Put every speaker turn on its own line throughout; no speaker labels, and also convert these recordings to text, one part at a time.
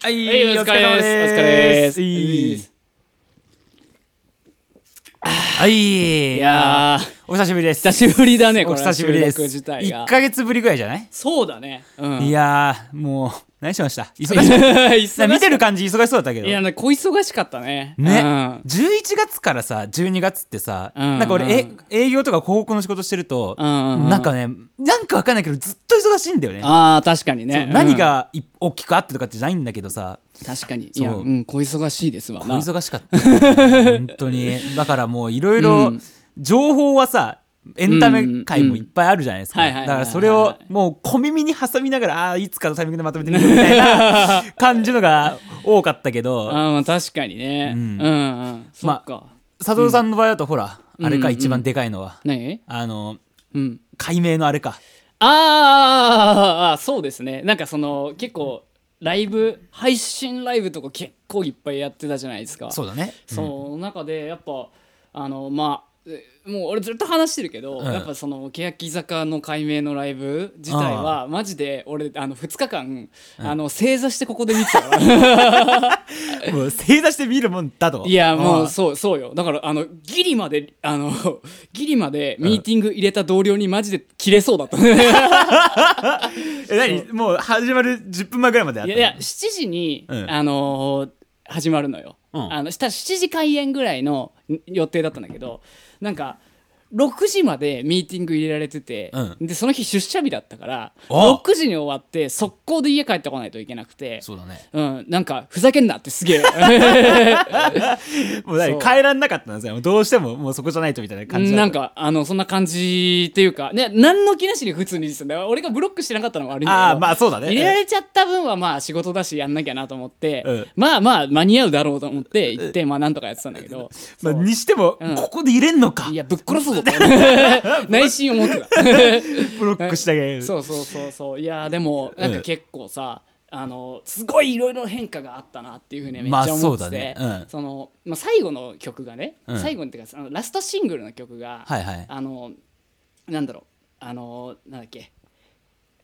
はい、
はいお
お疲
疲れ様ですお疲れ
れ
様
で
ですす
はいい
いやー
お久しぶりです
久しぶりだねこ
お
れ
久しぶりです
収録自体が
1ヶ月ぶりぐらいじゃない、
そうだね、うん、
いやーもう何しました忙し
い
い
や 忙しか
見てる感じ忙しそうだったけど
いや
ね、
なんか小忙しかったね
11月からさ12月ってさ、
うんうん
なんか俺え営業とか広告の仕事してると、
うんうんうん
なんかねなんかわかんないけどずっと忙しいんだよね
うん、あー確かにね、うん
何がい大きくあってとかってじゃないんだけどさ
確かにいや
そう
うん小忙しいですわ
小
な
忙しかったよね本当にだからもういろいうろ
ん
情報はさエンタメ界もいっぱいあるじゃないですか、
うんうんはいはい
だ
は
か
いはい
らそれをもう小耳に挟みながらああーいつかのタイミングでまとめてみるみたいな 感じのが多かったけど
あーまあ確かにね、
う
うんん、うんそっか、
佐藤さんの場合だとほら、あれ
うんう
か
ん
一番でかいのは、
何
あの
うん
解明のあれか
あーあーあーあーそうですねなんかその結構ライブ配信ライブとか結構いっぱいやってたじゃないですか
そうだね
その中でやっぱあのまあえもう俺ずっと話してるけど、
うん
やっぱその欅坂の解明のライブ自体はマジで俺あの2日間、あの正座してここで見てたから
もう正座して見るもんだと
いやも
あ
う
ー
そうそうよだからあのギリまであの ギリまでミーティング入れた同僚にマジで切れそうだったい
え何もう始まる10分前ぐらいまであった
やいや7時に、
うん
あのー始まるのよ、
うん
あのしたら7時開演ぐらいのん予定だったんだけどなんか6時までミーティング入れられてて、
う
でその日出社日だったから
お
6時に終わって速攻で家帰ってこないといけなくて
そうだね
うん、なんかふざけんなってす げえ
もう何
そう
帰らんなかったんですよどうしてももうそこじゃないとみたいな感じだった
なんかあのそんな感じっていうか、ね、何の気なしに普通に実際俺がブロックしてなかったのも悪いんだけど
ああまあそうだね
入れられちゃった分はまあ仕事だしやんなきゃなと思って、
うん
まあまあ間に合うだろうと思って行って、まあなんとかやってたんだけど、
まあ、にしても、
うん
ここで入れんのか
いやぶっ殺 すぞと 内心思ってた
ブロックしたげる
そうそうそうそういやーでもなん
う
か
ん
結構さ、あのすごいいろいろ変化があったなっていうふうにめっち
まあ
ゃ思ってて、
そうだねうん
そのまあ、最後の曲がね、
うん
最後にっていうかあのラストシングルの曲が、
はいはい
あのなんだろうあのなんだっけ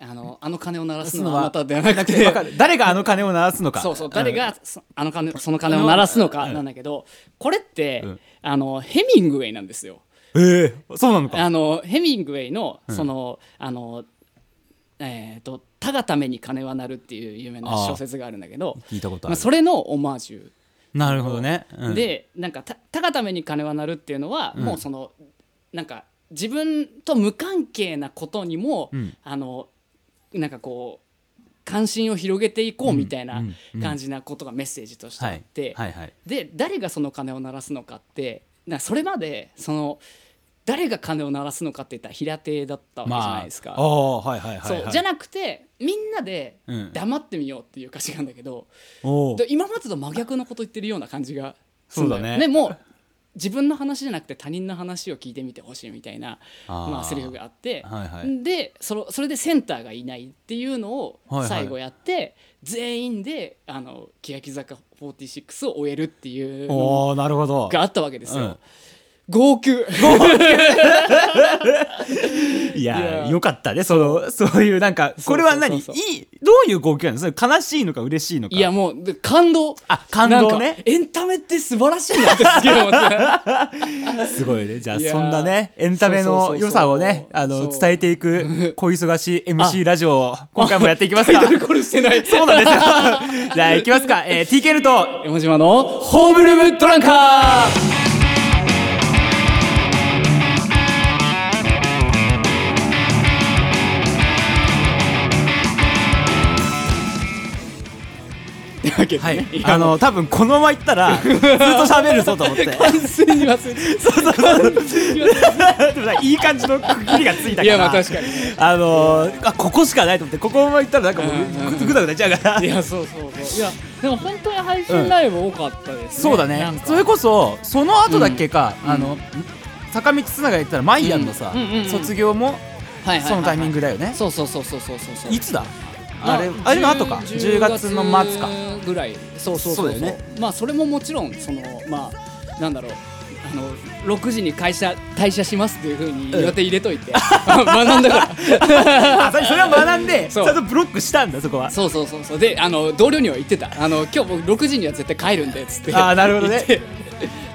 あのあの鐘を鳴らすのはあなたではなくて
わかる誰があの鐘を鳴らすのか
そうそう、
ん
誰がそあの鐘その鐘を鳴らすの
う
か
ん
なんだけど、これって、
うん
あのヘミングウェイなんですよ。
ええそうなのか
あのヘミングウェイのその、あのえっ、と「たがために鐘は鳴る」っていう有名な小説があるんだけど
聞いたことあ
まあ、
る、
それのオマージュ
なるほどね、うん、
でなんかたたがために鐘は鳴るっていうのは、もうそのなんか自分と無関係なことにも、
うん
あのなんかこう関心を広げていこうみたいな
うんうん
感じなことがメッセージとして
は
あっ
い
て、
はいはい
で誰がその鐘を鳴らすのかってなそれまでその誰が鐘を鳴らすのかって言ったら平手だったわけじゃないですか。
まあ、ああはいはいはい、はい、
そうじゃなくてみんなで
うん
黙ってみようっていう歌詞なんだけど、
おう
で今までと真逆のこと言ってるような感じがす
そ
る
うんだ
よ
ね
でもう自分の話じゃなくて他人の話を聞いてみてほしいみたいな
あー
まあ、セリフがあって、
はいはい
でそのそれでセンターがいないっていうのを
はいはい
最後やって、全員であの欅坂46を終えるっていうの
おおなるほど
があったわけですよ。
うん
号 泣
いや
いや
よかったねそのそういうなんかこれは何
そうそう
いいどういう号泣なのそれ悲しいのか嬉しいのか
いやもうで感動
あ感動ね
なんかエンタメって素晴らしいなってすげえ 思って。
すごいね。じゃあ、
いやー
そんなね、エンタメの良さをね、
そ
あ
うそうそうそう
の、
そう
伝えてい く、小忙しい MC ラジオを、今回もやっていきますか。
タイ
そ
トルコールしてない。
うなんですよ。じ ゃあ、いきますか。えー、TKL と、
山島のホームルームトランカーってわけでね
はい
い。や
あの、多分このまま行った ら、ずっと喋るぞと思って。
完全に忘れてそう
でもさいい感じの区切りがついたから。
いやまあ確かにね
あのー、あ、ここしかないと思って、ここま行ったらなんかもう
うんうん、
ぐぐだぐだいっちゃうから
い。やそうそうそういやでも本当に配信ライブ多かったですね、
そうだね
なん。か
それこそ、その後だっけか、あの、坂道つながり行ったら、マイアンのさ
うんうんうんう、ん
卒業も、
はいはいはいはい
そのタイミングだよね。
そうそうそうそうそうそうそう
いつだあれあれの後か10月の末か
ぐらいそうそう
そ
そうう
だ
そ
よ
う
ね
まあそれももちろんそのまあなんだろうあの6時に会社退社しますっていうふうに予定入れといて、 学んだから
あそれそれは学んでち
そ
ゃ
うん
とブロックしたんだそこは
そうそうそうそうであの同僚には言ってたあの今日僕6時には絶対帰るんでっつって
あーなるほどね
言って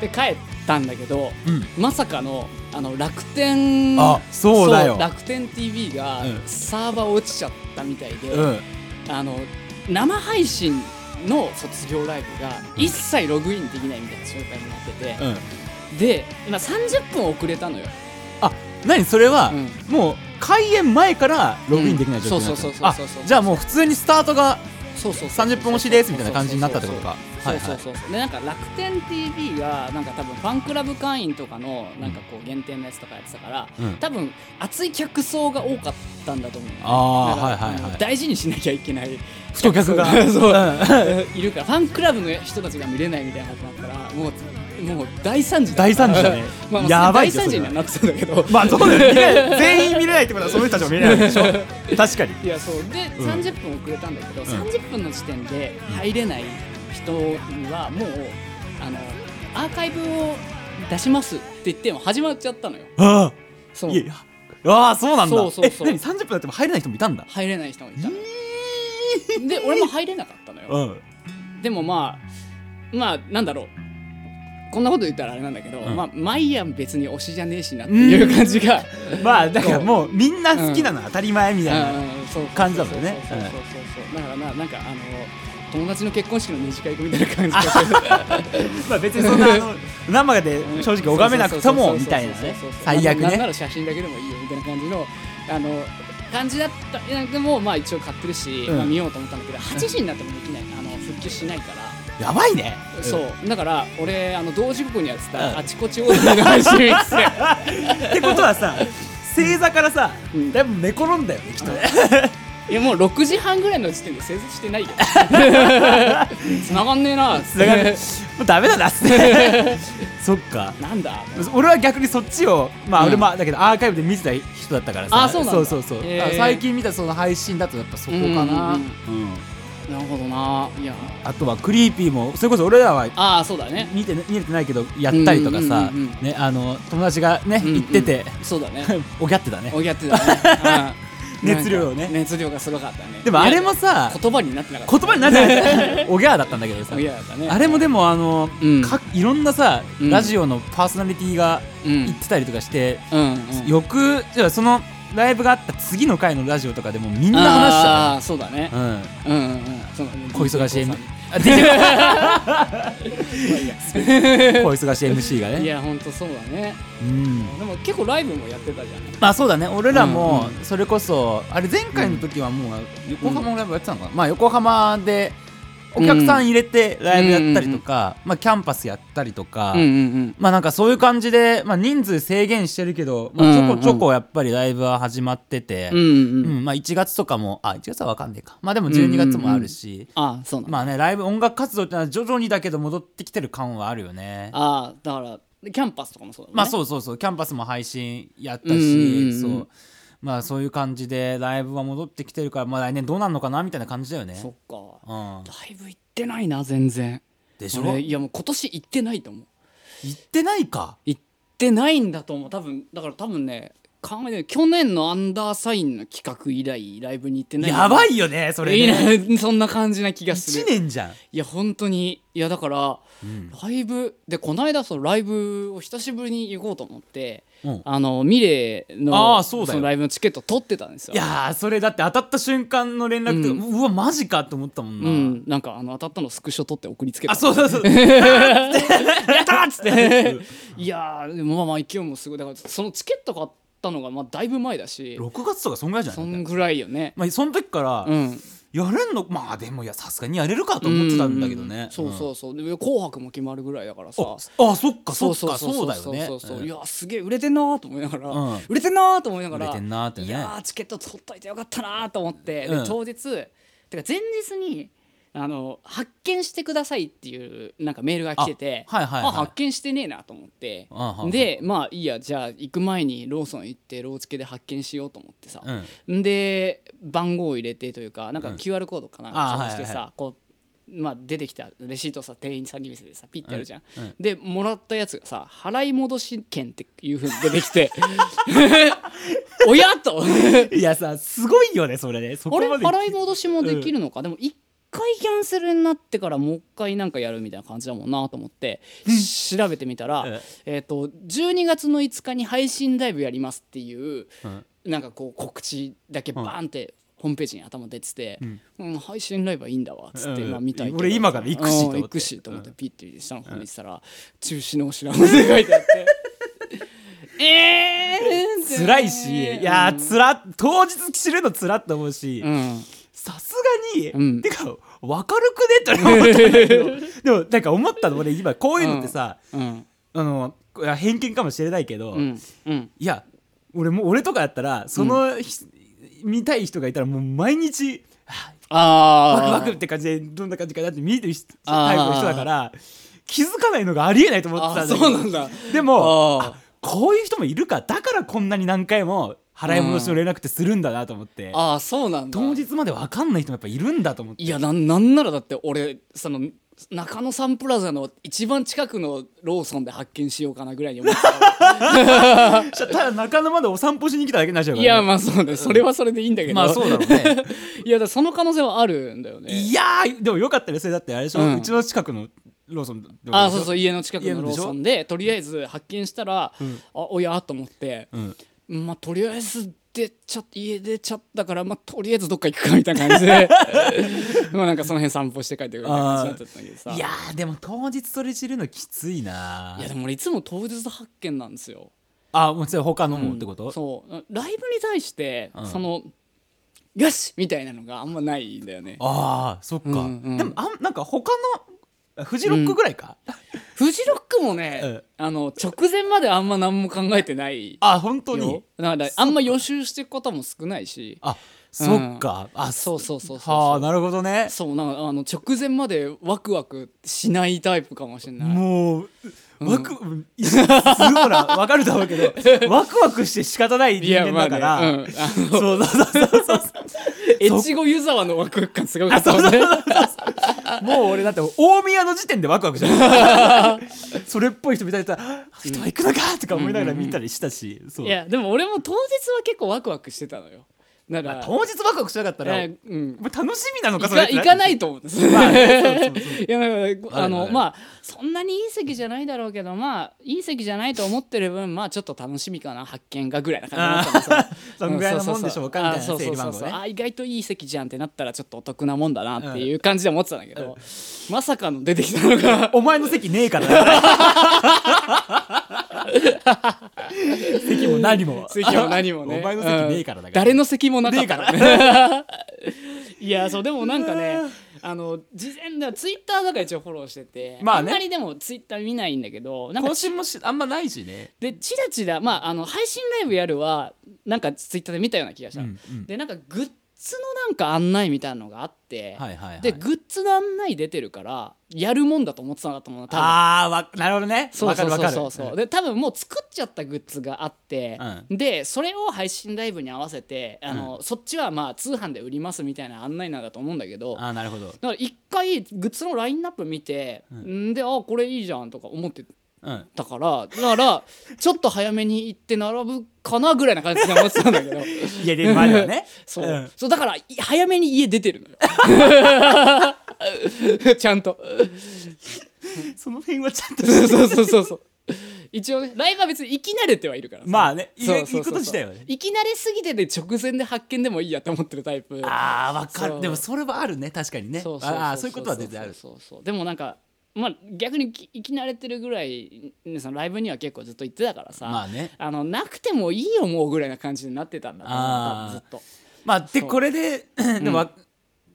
で帰ったんだけど、
うん
まさかのあの楽天
あそうだよ
楽天 TV が
うん
サーバー落ちちゃったみたいで、
うん
あの生配信の卒業ライブが一切ログインできないみたいな状態になってて、
うん
で、まあ、30分遅れたのよ
あ何それは、
うん
もう開演前からログインできない状況になった
うんそうそうそうそうそう
あじゃあもう普通にスタートが
そうそうそう
30分押しですみたいな感じになったってことか
そ
は
う
いは
そう
い
そうそうでなんか楽天 TV がなんか多分ファンクラブ会員とかのなんかこう限定のやつとかやってたから、
うん
多分熱い客層が多かったんだと思う
あー
だから
はいはいはい
あの大事にしなきゃいけない
太客が
そう
うん
いるからファンクラブの人たちが見れないみたいなことになったからもうもう大惨事だ
大惨事だね
まあまあ
やばい
大惨事には
ね
なってたんだけど
まあそうだよね全員見れないってことはその人たちも見れないでしょ確かに
いやそうで、
うん
30分遅れたんだけど、
ん
30分の時点で入れない人にはもうあのアーカイブを出しますって言っても始まっちゃったのよ
あ
そ
あ
の
いやああそうなんだ
そうそうそう
え何30分だっても入れない人もいたんだ
入れない人もいたので俺も入れなかったのよ
うん
でもまあまあなんだろうこんなこと言ったらあれなんだけど、
うん
まあマイアン別に推しじゃねえしなっていう感じが、
まあだからもうみんな好きなのは当たり前みたいな、
うんうんそう
感じだもんね
そうそうそうそうそうだからななんかあの友達の結婚式の二次会行くみたいな感じがする
まあ別にそんなあの生で正直拝めなくてもみたいなね
そうそうそうそう
最悪
なんな
ね
ら写真だけでもいいよみたいな感じのあの感じだったいやでもまあ一応買ってるし、
うん
まあ、見ようと思ったんだけど8時になってもできないあの復旧しないから、
やばいね
そうだから俺あの同時刻にやってた、
うん
あちこちオーディが配信 して
ってことはさ正座からさ、
うん
だいぶ寝転んだよねきっとね
いやもう6時半ぐらいの時点で製造し てないよ繋がんねえ
だ
な
からねもうダメだなっつって そっか
なんだ
俺は逆にそっちをまあ
うん
俺まあだけどアーカイブで見てた人だったからさ
あそうなんだ
そうそうそう
へー
最近見たその配信だとやっぱそこかな
うん
うん
なるほどないや
あとはクリーピーもそれこそ俺らは
ああそうだね
見て見れてないけどやったりとかさ
うんうんうんうん
ねあの友達がね
うんうん
行ってて
そうだね
おぎゃってたね。
おぎゃって たね
熱量をね
なんか熱量がすごかったね。
でもあれもさ
言葉になってなかった。
言葉になってない おぎゃーだったんだけどさ
おぎゃだったね。
あれもでもあの
うん
かいろんなさ
うん
ラジオのパーソナリティが
うん、うん
行ってたりとかして
うん、
翌じゃあそのライブがあった次の回のラジオとかでもみん
み
な話し
あーそうだね
た。ね
うんうんうん。そうだね
小忙しい
ま
DJ
あいいや
小忙しい MC が
い
ね
や本当そうだね。
うん
でも結構ライブもやってたじゃん。
まあそうだね俺らも
うん
それこそあれ前回の時はもう横浜のライブやってたのかなまあ横浜でお客さん入れてライブやったりとかまあキャンパスやったりとか
うんうん
まあなんかそういう感じでまあ人数制限してるけどまあちょこちょこやっぱりライブは始まってて
うん。うんうん
う
うん。
んまあ1月とかもあ1月はわかんねえかまあでも12月もあるし
ああそうなんだ。
まあねライブ音楽活動ってのは徐々にだけど戻ってきてる感はあるよね
ああだからキャンパスとかもそうだね。
まあ
う。
そうそうそうキャンパスも配信やった
うんうんう
し
ん
そうまあそういう感じでライブは戻ってきてるからまあ来年どうなるのかなみたいな感じだよね
そっか。
うん
ライブ行ってないな全然。
でしょ
俺
行
いやもう今年行ってないと思う。
ってないか
行ってないんだと思う多分だから多分ね考えてみ去年のアンダーサインの企画以来ライブに行ってない
やば
い
いよねそれ
い
ね
いなそんな感じな気がす
1
る
年じゃん
いや本当にいやだから、
ん
ライブでこの間そのライブを久しぶりに行こうと思って、
うん
あのミレーの
あーそうだよ
のライブのチケット取ってたんですよ
いやーそれだって当たった瞬間の連絡とかうわマジかと思ったも
うん、
なん
なんかあの当たったのスクショ取って送りつけた
あそうそう そう
やったーっつっていやーでもまあまあ勢いもすごいだからそのチケット買ったのがまあだいぶ前だし
6月とかそんぐらいじゃ
そ
ない
んぐらいよね
まあその時から
うん
やれんのまあでもいやさすがにやれるかと思ってたんだけどね
そうそうそう、で紅白も決まるぐらいだからさ
ああそっかそっか
そう
そうだよね
そうそうそう
うん
いやすげえ売れてんなーと思いながら、
うん
売れてんなーと思いながら
売れてんなーってね
いやーチケット取っといてよかったなーと思って、
うん
で当日てか前日にあの発見してくださいっていうなんかメールが来てて、
あはいはいはい
あ発見してねえなと思って
あはい
でまあいいやじゃあ行く前にローソン行ってローチケで発見しようと思ってさ、
うん
で番号を入れてというかなんか
うん
QR コードかなん
あ
か
ー
探し
はい
て
はい
さこうまあ、出てきたレシートさ店員さんに見せてさピッてやるじゃん、
うんうん
でもらったやつがさ払い戻し券っていうふうに出て きておやと
いやさすごいよねそれねそ
あ
こ
れ
まで
払い戻しもできるのか、でも一回キャンセルになってからもう一回なんかやるみたいな感じだもんなと思って調べてみたら、
うん
えっと12月の5日に配信ライブやりますっていう
うん
なんかこう告知だけバーンってホームページに頭出てて
うん
「うん配信ライブはいいんだわ」っつって
うん
まあ見たいけど
俺今から行くしと思って
うん行くしと思ってピッて下の方見てたら中止のお知らせが書いて あって。えーって
辛いしいやーつらっ当日知るのつらっと思うし
うん
さすがに、
うん
てかわかるくねって俺思ったんだけど でもなんか思ったの俺今こういうのってさ、
うん
あのいや偏見かもしれないけど、
うんうん
いや俺も俺とかだったらそのひ、見たい人がいたらもう毎日あ
あ
ワ
ー
クワクって感じでどんな感じかなって見てる人
あー
タイプの人だから気づかないのがありえないと思ってた
あ
んだけど
そうな んだ
でも
あー
あこういう人もいるかだからこんなに何回も払い戻しの連絡ってするんだなと思って、
ああそうなんだ
当日まで分かんない人もやっぱいるんだと思って
いやなんなんならだって俺その中野サンプラザの一番近くのローソンで発見しようかなぐらいに思ってた
ただ中野までお散歩しに来ただけになっちゃうか
いや
ら、ね、
まあそうねそれはそれでいいんだけど、
まあそうだろうね
いやだからその可能性はあるんだよ ね
いやーでもよかったですよだってあれでしょ、う
うん
ちの近くのローソンとかでしょ
あそうそう家の近くのローソンでとりあえず発見したら、
ん
あおやと思って、
うん
まあとりあえず出ちゃっ家出ちゃったからまあとりあえずどっか行くかみたいな感 じでまあなんかその辺散歩して帰ってくるみたいな感じになっちゃったんだけどさ
いやーでも当日それ知るのきついない
やでも俺いつも当日発見なんですよ。
あもちろん他のもってこと、
そうライブに対して、
うん
そのよしみたいなのがあんまないんだよね。
ああそっか、
うんうん
でもあんなんか他のフジロックぐらいか、
フジロックもね、
うん
あの直前まであんま何も考えてないよ。
あ本当に
だからあんま予習していくことも少ないし。
あそっか、あ
そううそうそうそう
は
そ
あ
う。
なるほどね
そうなんかあの直前までワクワクしないタイプかもしれない。
もうワク、いやすごいな分かると思うけどワクワクして仕方ない
い
人
や
間だか
まあね
ら、
うん、あの
そうそうそうそうそう
越後湯沢のワクワク感すごかったもんね。
もう俺だって大宮の時点でワクワクじゃん それっぽい人見たらたらあ人は行くのかとか思いながら見たりしたし、そう
いやでも俺も当日は結構ワクワクしてたのよ。だから
あ当日ワクワクしなかったら、
えーうん
もう楽しみなのか
行
それ
か
って
行かないと思うんです。
まあねそうそう
いやだからあ
はい
の
はい
まあそんなにいい席じゃないだろうけどまあいい席じゃないと思ってる分まあちょっと楽しみかな発見がぐらいな感じだったんですよ
そんぐらいのもんでしょうかみたいな
あそう
整
そうそう
理番
そ
号
う
ね
あ意外といい席じゃんってなったらちょっとお得なもんだなっていう感じで思ってたんだけど、まさかの出てきた のが
お前の席ねえからな席も何も
席も何もね
お前の席ねえからだから
うん誰の席もなかったからね いやそうでもなんかねあの事前でツイッターとか一応フォローしてて、
まあ
ん
ね
まりでもツイッター見ないんだけどなんか
更新もしあんまないしね
でチラチラまああの配信ライブやるはなんかツイッターで見たような気がした、
うんうん
でなんかグッズのなんか案内みたいなのがあって、
はいはいはい
でグッズの案内出てるからやるもんだと思ってたんだと思うな多分
あーわなるほどね
そう
わか
そ
る
う
わ
そう
かる
そうそうで多分もう作っちゃったグッズがあって、でそれを配信ライブに合わせてあの、そっちはまあ通販で売りますみたいな案内なんだと思うんだけど
あーなるほど、
だから一回グッズのラインナップ見て、ん、であこれいいじゃんとか思って
うん、
だからだからちょっと早めに行って並ぶかなぐらいな感じで思ってたんだけ ど
いやでもあれはね
そう,、
うん
そうだからい早めに家出てるのよ ちゃんと
その辺はちゃんと
そうそうそうそう一応ねライブは別に生き慣れてはいるから さ
まあねい
そう
い
そうそうそう
いこと自体はね
生き慣れすぎてて直前で発見でもいいやって思ってるタイプ
あーわか
そ
る
う
でもそれはあるね確かにね
そうそう
あーそういうことは全然ある
そうそうそうでもなんかまあ逆にき生き慣れてるぐらいねそのライブには結構ずっと行ってたからさ、
まあね
あのなくてもいいよもうぐらいな感じになってたんだと思う
あー
多分ずっと
まあで
そう
これででも、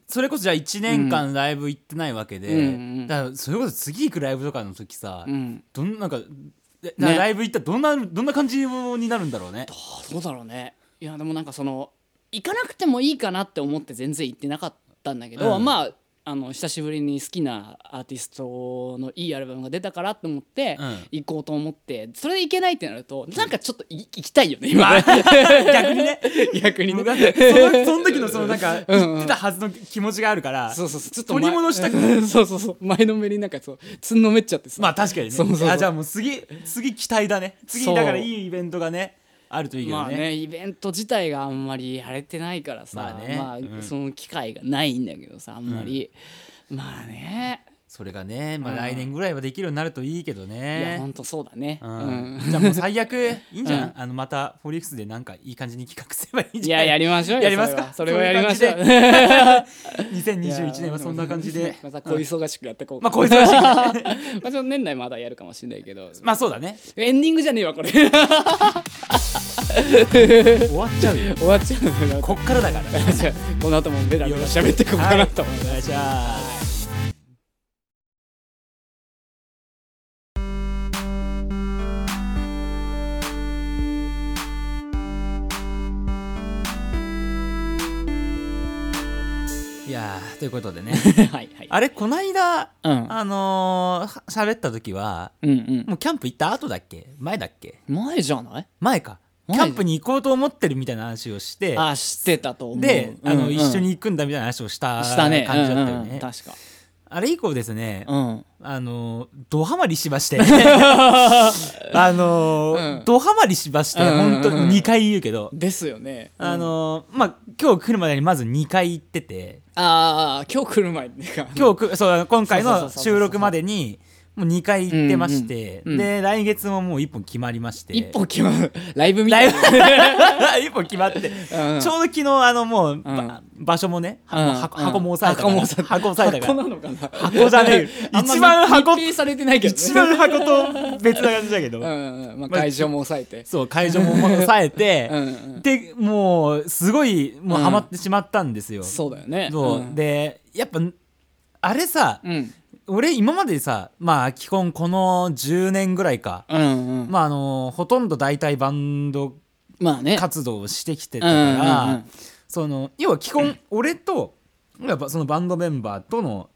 それこそじゃあ1年間ライブ行ってないわけで、
うんうん
だからそれこそ次行くライブとかの時さ、
うん
どんなんかだから
ね
ライブ行ったらどんなどんな感じになるんだろうね
あどうだろうねいやでもなんかその行かなくてもいいかなって思って全然行ってなかったんだけど、
うん
まああの久しぶりに好きなアーティストのいいアルバムが出たからと思って
うん
行こうと思ってそれで行けないってなるとなんかちょっとい行きたいよね今
逆にね
逆に
もう
ね
だってそのその時のそのなんか
うんうん
言ってたはずの気持ちがあるから
そうそうそうちょっ
取り戻したく
前 そうそうそう前のめりになんかそうつんのめっちゃってさ
まあ確かにね
そうそうそう
あじゃあもう次次期待だね次
そう
だからいいイベントがねあるといいけ
ま
ど
あ
ね
ねイベント自体があんまりやれてないからさ、
まあねうん
その機会がないんだけどさあんまり、まあね
それがねまあ
うん
来年ぐらいはできるようになるといいけど
いや
ね
ほんとそうだね
う
うんん、
じゃあもう最悪いいんじゃない
うん
あのまたフォリックスでなんかいい感じに企画すればいいん
い
じゃな
や
い
やりましょうよ
やりますか
それはそれはやりましょう
そういう2021年は そんな感じで
また小忙しくやってこう
まあこいつらしい
まあちょっと年内まだやるかもしれないけど、
まあそうだね
エンディングじゃねえわこれ
終わっちゃうよ
終わっちゃうんだから
こっからだから
じゃあこの後もベラベラ喋ってこうかなと思いま
は
す、
いお願いしますいやーということでね
はいはい
あれこないだ
うん
あのー、は喋った時は
うん
もうキャンプ行った後だっけ前だっけ
うん前じゃない
前かキ
前
ャンプに行こうと思ってるみたいな話をして
あ知ってたと思う
で、あ
う
の
んうん
一緒に行くんだみたいな話をした
した
感じ
ね
だったよね
うんうんうん確か
あれ以降ですね、
うん
あのドハマりしま してあの、
うん
ドハマりしまして、
うんうんう
本
ん
当に2回言うけど、
ですよね
あのまあ今日来るまでにまず2回行ってて
ああ今日来る前にか
今日くそう今回
そうそう
の
そうそうそう
収録までにもう2回行ってまして、
うんうんうん
で来月ももう1本決まりまして
一本決まるライブみた
ライ
い
ブ
な
一本決まって、
うん
ちょうど昨日あのもう、ば場所もね、
うん
箱箱も押さえたから、
箱も押さ
箱押
えた
さえたか
箱
ら
なのかな
箱じゃね えよ
あんま
一番箱
密閉されてないけどね
一番箱と別な感じだけど、
うんうんまあ会場も抑えて
そう会場も抑えて
うんうん
でもうすごいもう
うん
ハマってしまったんですよ、
そうだよね
そう
うん
でやっぱあれさ、
うん
俺今までさまあ基本この10年ぐらいか、
うんうん
まああのほとんど大体バンド
まあね
活動をしてきてたから、
うんうんうん
その要は基本俺とやっぱそのバンドメンバーとの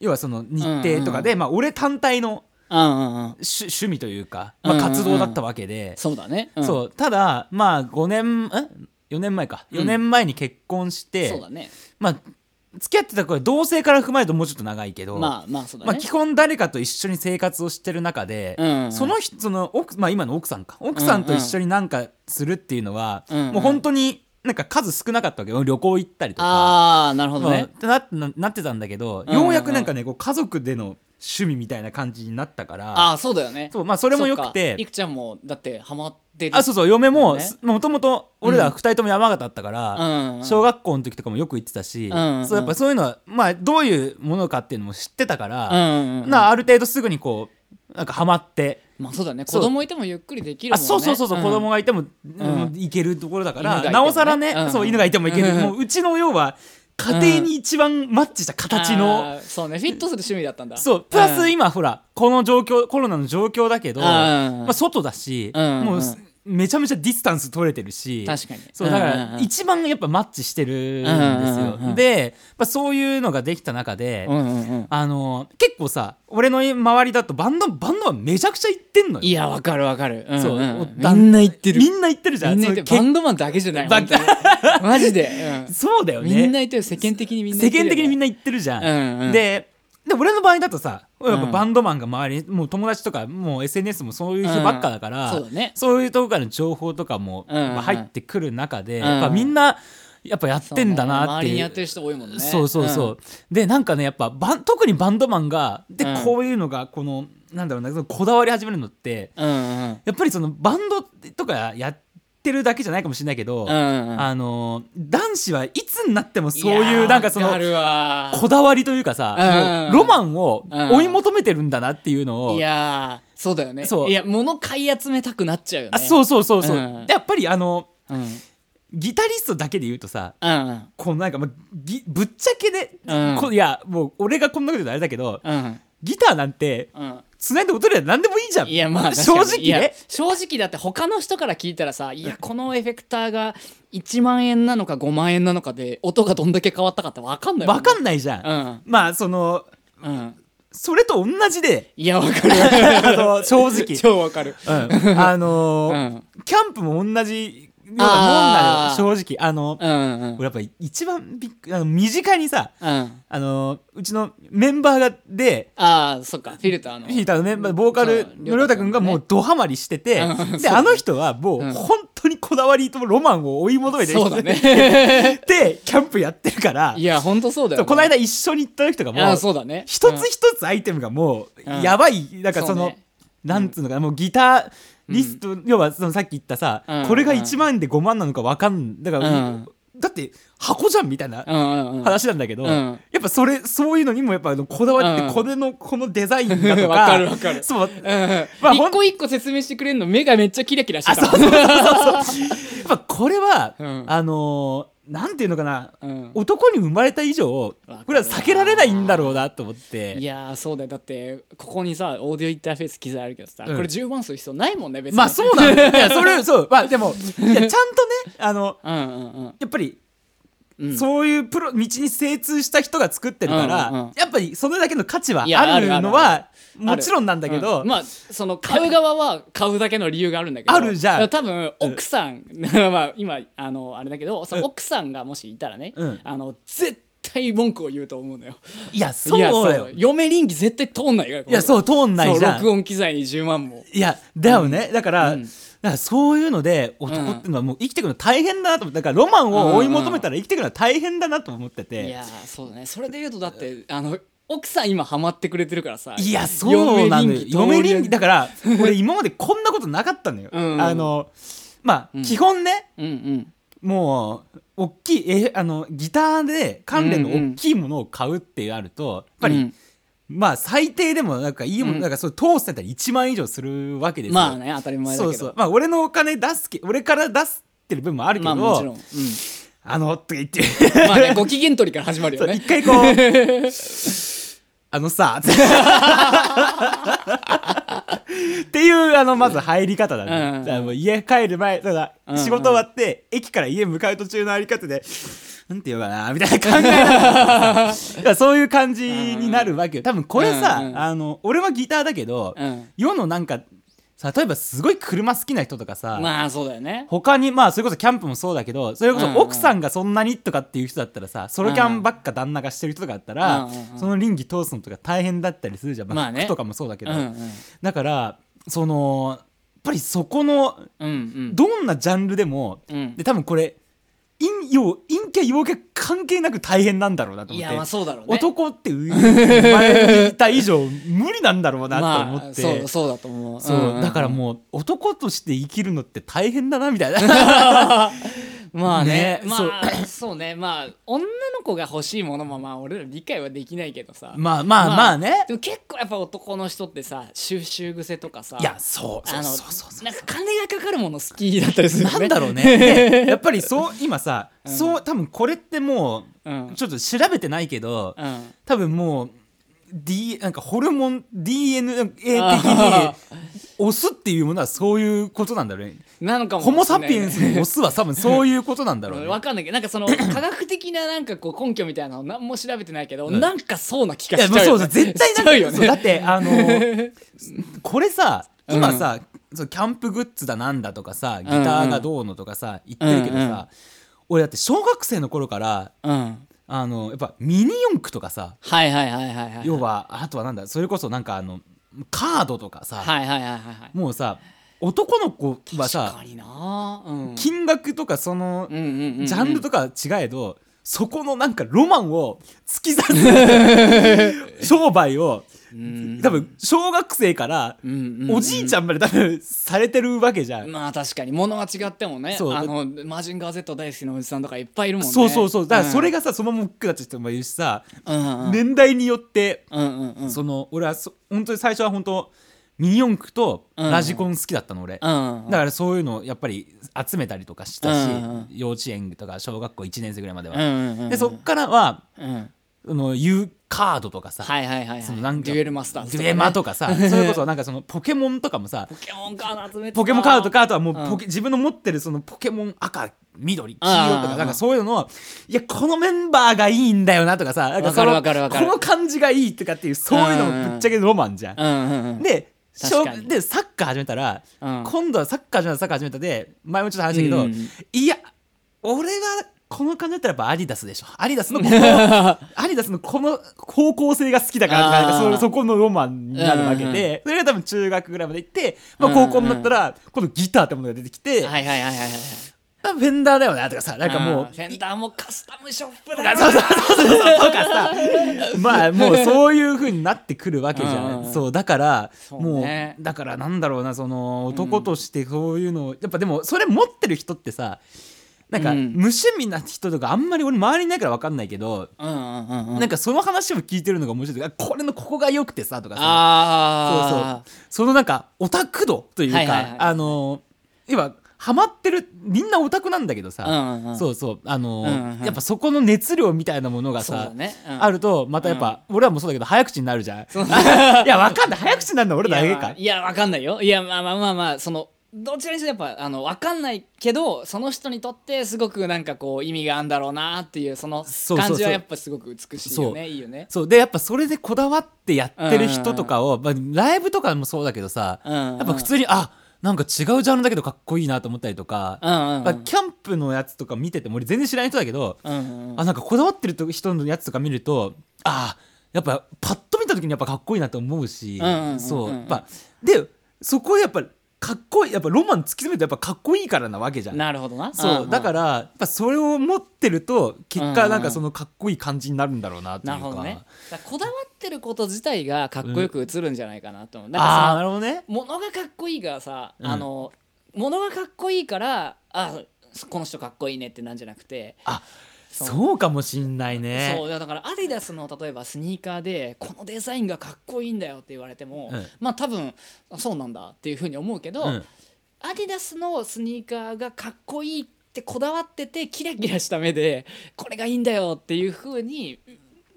要はその日程とかで、まあ俺単体の
うんうんうん
趣趣味というか、ま
う
あ、
んうんうん
活動だったわけで、
そうだねうん
そうただまあ5年ん4年前か4年前に結婚して、
そうだね
まあ付き合ってた頃同性から踏まえるともうちょっと長いけど、
まあまあそう
ま
だ
あ
ね
基本誰かと一緒に生活をしてる中で、
うんうん
その人その奥、まあ、今の奥さんか奥さんと一緒になんかするっていうのは、
うんうん
もう本当になんか数少なかったわけよ旅行行ったりとか。
ああなるほど
まあ
ね
ってなななってたんだけど、
うんうん
ようやくなんかねこう家族での趣味みたいな感じになったから
ああそうだよね
そう、まあ、それもよく
そ
て
っかいくちゃんもだってハマってる
あそうそう嫁も
ね
すもともと俺ら2人とも山形だったか
う
ら、
んうん
小学校の時とかもよく行ってたし、
うんうん
そうやっぱそういうのは、まあ、どういうものかっていうのも知ってたか
う
ら、
んうんうん
なある程度すぐにこうなんかハマって、
まあそうだね
そう
子供いてもゆっくりできるも
あ
んね
そうそうそうそう、
ん
子供がいても、
ん
いけるところだか
犬が
ら
いてもね
なおさらね、
うん
そう犬がいてもいける、
うん
もううちの要は家庭に一番マッチした形の、
あーそうねフィットする趣味だったんだ
そうプラス
ん
今ほらこの状況コロナの状況だけど、
うん
まあ、外だし、
うん
もう
うん
めちゃめちゃディスタンス取れてるし
確かに
そうだか
うんうん
ら
うん
一番やっぱマッチしてるんですよ、
うんうんうん
で、まあ、そういうのができた中で、
うんうんうん
あの結構さ俺の周りだとバンドバンドはめちゃくちゃ行ってんのよ
いやわかるわかるうん
そう、
うんうん
だ
みんな行ってる
みんな行ってるじゃん
みんな行ってる
そう
バンドマンだけじゃない
バ
本当にマジで
けそうだ
う
よ
ん
ね
みんな行ってる世間的にみんな
世間的にみん
な
な行ってるじゃん、
うんうん
でで俺の場合だとさやっぱ
うん
バンドマンが周りにもう友達とかもう SNS もそういう人ばっかだから、
うんそうだね
そういうとこからの情報とかも
うんうん
まあ入ってくる中で、
うん
やっぱみんなやっぱやってんだなっ
周
て
りに
い
や
う
ってる人多いもんね
そうそうそう、でなんかねやっぱバン特にバンドマンがで、
うん
こういうのがこのなんだろうなそのこだわり始めるのって
うんうん
やっぱりそのバンドとかやってるだけじゃないかもしれないけど、
うんうんうん
あの男子はいつになってもそういうなんかそ
いや
の
ーわかるわー
こだわりというかさ、
うん
もうロマンを
うん
追い求めてるんだなっていうのを、
いやーそうだよね
そう
いや物買い集めたくなっちゃうよね
あそうそうそうそう、
うん
でやっぱりあの
うんうん
ギタリストだけで言うとさ
うん
こうなんか、まあ、ぎぶっちゃけで、
うん
こいやもう俺がこんなこと言うとあれだけど
うん
ギターなんて
うん
繋いで踊りゃ何でもいいじゃん
いやまあ
正
確か
直
にいや
ね
正直だって他の人から聞いたらさいやこのエフェクターが1万円なのか5万円なのかで音がどんだけ変わったかって分かんない
わか
ん
んないじゃん、
うん
まあその
うん
それと同じ で
いや分かる
あの正 直、
超分かる
うん、あの
う
ー
ん
キャンプも同じようなもんな
あー
のよ正直あの、
うんうん
俺やっぱ一番びっくあの身近にさ
うん
あのうちのメンバーがで
ああそっかフィルターの
ヒーターのメンバーボーカル
そう
のりょうたくんがもうドハマりしてて、
うん
であの人はもう本当にこだわりとロマンを追い求めて
そうだね
でキャンプやってるから
いやほんとそうだよ
そう
ね
この間一緒に行った時とかも
ああそうだね
一つ一つアイテムがもう
うん
やばい、なんかその
そうね
なんつうのかなもうギターリスト、要はそのさっき言ったさ、
うん
これが1万円で5万なのかわかんだから、
うん
だって箱じゃんみたいな
うんうんうん
話なんだけど、
うん
やっぱそれそういうのにもやっぱあのこだわって、
うん
これのこのデザインだと
わか
か
るわか る
そう
うん
まあほん
一個一個説明してくれるの目がめっちゃキラキラしてた
やっぱこれは、
うん
あのーなんていうのかな、
うん
男に生まれた以上
わ
これは避けられないんだろうなと思って
いやーそうだよだってここにさオーディオインターフェース機材あるけどさ、
うん
これ10万する必要ないもんね別に
まあそうなんだよいやそれそうまあで もいやちゃんとねあの
うんうんうん
やっぱり
うん
そういうプロ道に精通した人が作ってるから、
うんうんうん
やっぱりそれだけの価値はい
や
あるの
ある
はもちろんなんだけど、
うんまあその買う側は買うだけの理由があるんだけど
あるじゃん
多分奥さん、 まあ今あのあれだけどその
うん
奥さんがもしいたらね、
うん
あの絶対文句を言うと思うのよ
いやそう
い
だ
や
よいや
そう嫁倫理絶対通んないから
そうう通んないじゃん
録音機材に10万も
いやだよね、だから、
うん
だからそういうので男っていうのはもう生きてくの大変だなと思ってだからロマンを追い求めたら生きてくのは大変だなと思ってて、
いやーそうだねそれで言うとだってあの奥さん今ハマってくれてるからさ
いやそうなのよ嫁倫理だ
か
か ら俺今までこんなことなかったのよ、
うんうん
あのまあ、基本ね
らうんうん
もう大きいえあのギターで関連の大きいものを買うってあると、やっぱり、
うん
まあ最低でもなんかいいもの、
うん
なんかそう通すだったら1万円以上するわけですよ
まあね当たり前だけ
そ
ど
うそうまあ俺のお金出すけ俺から出すってる分もあるけ
ま
ど、
あもちろん、うん、
あのとか言って
まあねご機嫌取りから始まるよ
そう
ね
一回こうあのさ っていうあのまず入り方だ
うんうんう
ね
ん
だからもう家帰る前だか
う
ら
んうん
仕事終わって駅から家向かう途中のあり方でなんて言うかなみたいな考え方 いやそういう感じになるわけよ多分これさ、
うんうん
あの俺はギターだけど、
うん
世のなんかさ例えばすごい車好きな人とかさ、
まあそうだよね
他にまあそれこそキャンプもそうだけどそれこ
うん
そ
うん
奥さんがそんなにとかっていう人だったらさソロキャンばっか旦那がしてる人とかだったら、
うんうんうん
その倫理通すのとか大変だったりするじゃん、まあ
まあね
服とかもそうだけ
うん
ど、
うん
だからそのやっぱりそこの
うんうん
どんなジャンルでも、
うん
で多分これ陰陽陰気陽気関係なく大変なんだろうなと
い
思っ
や
て、
まあそうだろうね
男って生まれた以上無理なんだろうなと思
ま
っ
あ
て。
そうそうだと思う
そう、
んんん
だからもう男として生きるのって大変だなみたいな
まあね
ね
まあ そうねまあ女の子が欲しいものもまあ俺ら理解はできないけどさ
まあまあまあね、
でも結構やっぱ男の人ってさ収集癖とかさ
いやそうそ
あ
う
の
そうそうそう
なんか金がかかるもの好きだったりするよね
なんだろう ねでやっぱりそう今さ、そう多分これっても
う
うんちょっと調べてないけど、
うん
多分もう、D、なんかホルモン DNA 的に
あ
オスっていうものはそういうことなんだろうね
なのかも
ホモ・
しれ
サ
ないね
ピエンスのオスは多分そういうことなんだろうね
わかんないけどなんかその科学的ななんかこう根拠みたいなの何も調べてないけど、なんかそうな気が
いや
し
も
ち
う
ゃう
そ
よ
う
ね、
そう 絶対
し
なん
ち
か
ゃうよ
そうだ
ね
ってあのーこれさ今さ、そうキャンプグッズだなんだとかさギターがどうのとかさ言ってるけどさ、
うんうん
俺だって小学生の頃から
うん
あのやっぱミニ四駆とかさ
はいはいはいはいはい
要はあとはなんだそれこそなんかあのカードとかさ、
はいはいはいはいはい
もうさ男の子は
確
さ
かになうん
金額とかその、
うんうんうんうん
ジャンルとかは違えどそこのなんかロマンを突き刺す 商売を
うん
多分小学生から
うんうんうん
おじいちゃんまで多分されてるわけじゃん、
まあ確かに物は違ってもね
そう
あのマジンガー Z 大好きなおじさんとかいっぱいいるもんね
そうそうそうだからそれ
が
がさそのまま大きくなっちゃう人もいるしさ、
うんうん
年代によって、
うんうんうん
その俺はそ本当に最初は本当ミニ四駆と
うん
ラジコン好きだったの俺、
うんうん
だからそういうのをやっぱり集めたりとかしたし、
うんうん
幼稚園とか小学校1年生ぐらいまで
う
は、
んうんうん
でそっからは
うん
あの U カードとかさ、
はいはいはい、
そ
は、
のないんか
デュエルマスターズ
デュエマ
とか
とか さそれこそなんかそのポケモンとかもさ
ねポケモンカード集めてた
ポケモンカードとかあとはもう
うん
ポケ、自分の持ってるそのポケモン赤緑黄
あー
色とかなんかそういうのをいやこのメンバーがいいんだよなとかさなんその
わかるわかるわかる
この感じがいいとかっていうそういうのもぶっちゃけロマンじゃん。
うんうんうん
でしょ
確かに
でサッカー始めたら、
うん
今度はサッカー始めたらサッカー始めたで前もちょっと話したけど、
うん
いや俺はこの感じだったらやっぱアディダスでしょアディダス のこのアディダスのこの方向性が好きだからとか
あー
なんかそそこのロマンになるわけで、
うんうん
それが多分中学ぐらいまで行って、まあ、
うんうん
高校になったら今度ギターってものが出てきて、
はいはいはいはいはい
あフェンダーだよなとかさなんかもう
あーフェンダーもカスタムショップだ
あ
よ
そうそうそうそう そうとかさまあもうそういう風になってくるわけじゃ
うん
ん
うん
そうだから
う
も
ね
うだからなんだろうなその男としてそういうのをやっぱでもそれ持ってる人ってさなんか
う
無
ん
趣味な人とかあんまり俺周りにないから分かんないけど
うんうんうんうん
なんかその話を聞いてるのが面白いあこれのここが良くてさとかさそうそう
ああ
そのなんかオタク度という
はいはいはい
かあの今ハマってるみんなオタクなんだけどさ
うんうんうん
そうそうあの
うんうんうん
やっぱそこの熱量みたいなものが
そう
さ
だね、うん
あるとまたやっぱ、俺らもそうだけど早口になるじゃん いやわかんない早口になるの俺らだけか
いやわかんないよいやまあまあまあまあそのどちらにせよやっぱあのわかんないけどその人にとってすごくなんかこう意味があるんだろうなっていうその
そうそう
感じ
そ
は
う
やっぱすごく美しいよねいいよね
そうでやっぱそれでこだわってやってる人とかを、まあ、ライブとかもそうだけどさ、
うんうんうん
やっぱ普通にあなんか違うジャンルだけどかっこいいなと思ったりとか、
うんうんう
まあ
ん
キャンプのやつとか見てても俺全然知らない人だけど、
うんうんうん
あなんかこだわってる人のやつとか見るとああやっぱパッと見た時にやっぱかっこいいなと思うし、
うんうんうんうん
そうやっぱでそこはやっぱかっこいいやっぱロマン突き詰めるとやっぱかっこいいからなわけじゃん。
なるほどな
そう、だかららやっぱそれを持ってると結
うんうんう
果
ん
なんかそのかっこいい感じになるんだろうなっていう
な
か、
るほどねだからこだわってること自体がかっこよく映るんじゃないかなと思う、なんか
ああー
さ
なるほどね
ものがかっこいいからさ、
うん
あのものがかっこいいからあこの人かっこいいねってなんじゃなくて
あ
そ
そううかもしんないね
そうだからアディダスの例えばスニーカーでこのデザインがかっこいいんだよって言われても、
うん
まあ多分そうなんだっていうふうに思うけど、
うん
アディダスのスニーカーがかっこいいってこだわっててキラキラした目でこれがいいんだよっていうふうに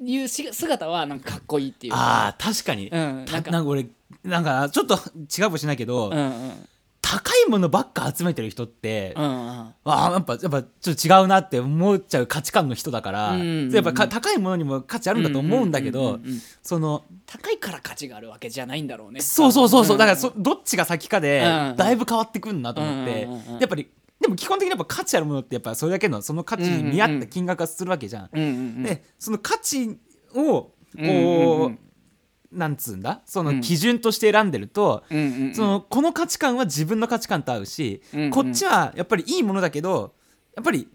言うし姿はなんかかっこいいっていう
あー確かに、
うん
たな
な
んん
か
か俺なんかちょっと違うかもしれないけど、
うんうん
高いものばっか集めてる人って、
うんうん
あーやっぱやっぱちょっと違うなって思っちゃう価値観の人だから、
うんうんうん
やっぱか高いものにも価値あるんだと思うんだけど、
うんうんうんうんうん
その
高いから価値があるわけじゃないんだろうね
そうそうそうそう、
ん
だからそどっちが先かで、
うん
だいぶ変わってくんなと思って、
うんうんうんうん
やっぱりでも基本的にやっぱ価値あるものってやっぱそれだけのその価値に見合った金額がするわけじゃん。
うんうん
でその価値をこう、
うんうんうん
なんつうんだそ
うん
の基準として選んでると、
うんうんうん
そのこの価値観は自分の価値観と合うし、
うんうん
こっちはやっぱりいいものだけどやっぱり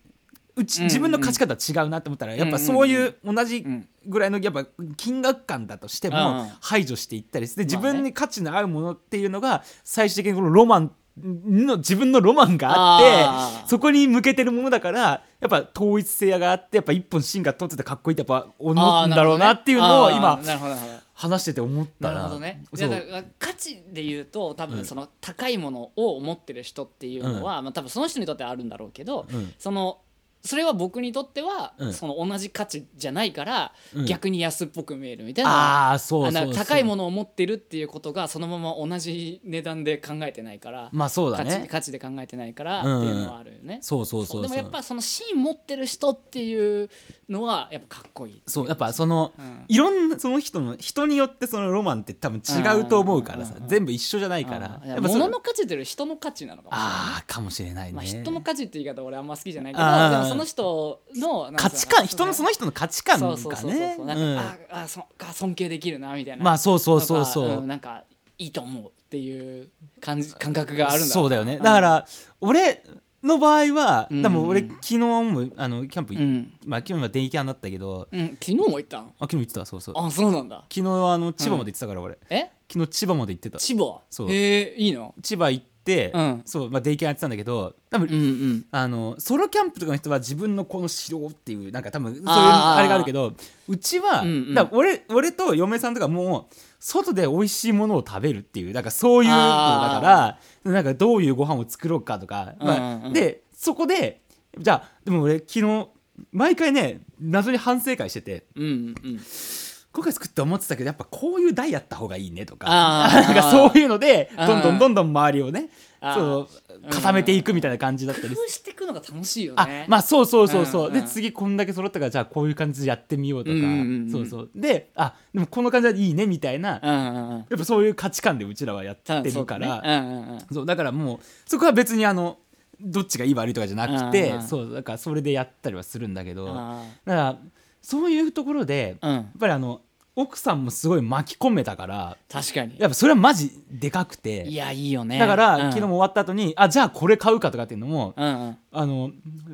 う
うん
ち
うん
自分の価値観とは違うなって思ったら、やっぱそういう同じぐらいのやっぱ金額感だとして
うんう
も
ん
排除していったりして、
まあね
自分に価値の合うものっていうのが最終的にこのロマンの自分のロマンがあって
あー
そこに向けてるものだからやっぱ統一性があってやっぱ一本芯が通っててかっこいいってやっぱ思うんだろうなっていうのを
あ
今
ーなるほどねあーなるほどなるほど
話してて思った
な
ら
るほどねい
そ
や
う
だから価値で言うと多分その高いものを持ってる人っていうのは、まあ、多分その人にとってはあるんだろうけど、
うん
そのそれは僕にとっては、
うん
その同じ価値じゃないから、
うん
逆に安っぽく見えるみたいな。
ああそう
あ
そうそ
の
う
高いものを持ってるっていうことがそのまま同じ値段で考えてないから、
まあそうだ
価値
ね
価値で考えてないからっ
うん
ていうのはあるよね。
そうそうそうそう
でもやっぱその芯持ってる人っていうのはやっぱかっこいい。
そうやっぱその、
うん
いろんなその人の人によってそのロマンって多分違うと思うからさ
うん
全部一緒じゃないか
あ
ら
ーいや
やっぱそ
物
れ
の価値というより人の価値なのかもしれないね。
ああかもしれないね、
まあ、人の価値って言い方俺あんま好きじゃないけ
あ
ど
ー
でもその人のなんか
価値観人のその人の価値観が
そうそうそうそう
ね
そうなん
うん
かああそあ尊敬できるなみたいな
まあそうそうそうそ
とかん
う
なんかいいと思うっていう感じ感覚があるんだ
そうだよね
うん
だから俺の場合は
うん
でも俺昨日もあのキャンプ
う
行っ
ん、
まあ昨日は電気キャンだったけど
うん、昨日も行ったん
あ昨日行ってたそうそう
あそうなんだ
昨日はあの千葉まで行ってたから俺
え
昨日千葉まで行ってた
千葉
そう
へえいいの
千葉行って
うん
そうまあ電気キャンやってたんだけど多分
うんうん
あのソロキャンプとかの人は自分のこの城っていうなんか多分そういう
あー
あれがあるけどうちは、
うんうん
だから俺俺と嫁さんとかもう外で美味しいものを食べるっていうなんかそういうのだからなんかどういうご飯を作ろうかとか、まあ
うんうんうん
でそこでじゃあでも俺昨日毎回ね謎に反省会してて
うんうん
今回作って思ってたけどやっぱこういう台やった方がいいねとか
あー
なんかそういうので
あー
どんどんどんどん周りをね
あー
そう固めていくみたいな感じだった
工
り
夫していくのが楽しいよ
あ
ね
まあそうそうそうそう、
うんうん
で次こんだけ揃ったからじゃあこういう感じでやってみようとか、
うんうんうん
そうそうであでもこの感じはいいねみたいな、や
うんうんうん
っぱそういう価値観でうちらはやって
た
るからそう,、
そうねうんうんうん
だからもうそこは別にあのどっちがいい悪いとかじゃなくて、
うんうん
そうだからそれでやったりはするんだけど、だか
あ
らそういうところで、
ー
やっ
うん
ぱりあの奥さんもすごい巻き込めたから
確かに
やっぱそれはマジでかくて
いやいいよね
だから、
うん
昨日も終わった後にあじゃあこれ買うかとかっていうのも、
うんうん
あの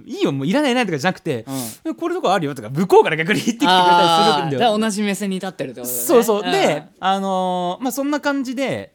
いいよもういらないいらないとかじゃなくて、
うん
これとかあるよとか向こうから逆に言ってきてくれ
あ
たりするん
ー
だ
だか
よ
ら同じ目線に立ってるってことだね
そうそう、
ん
であのーまあそんな感じで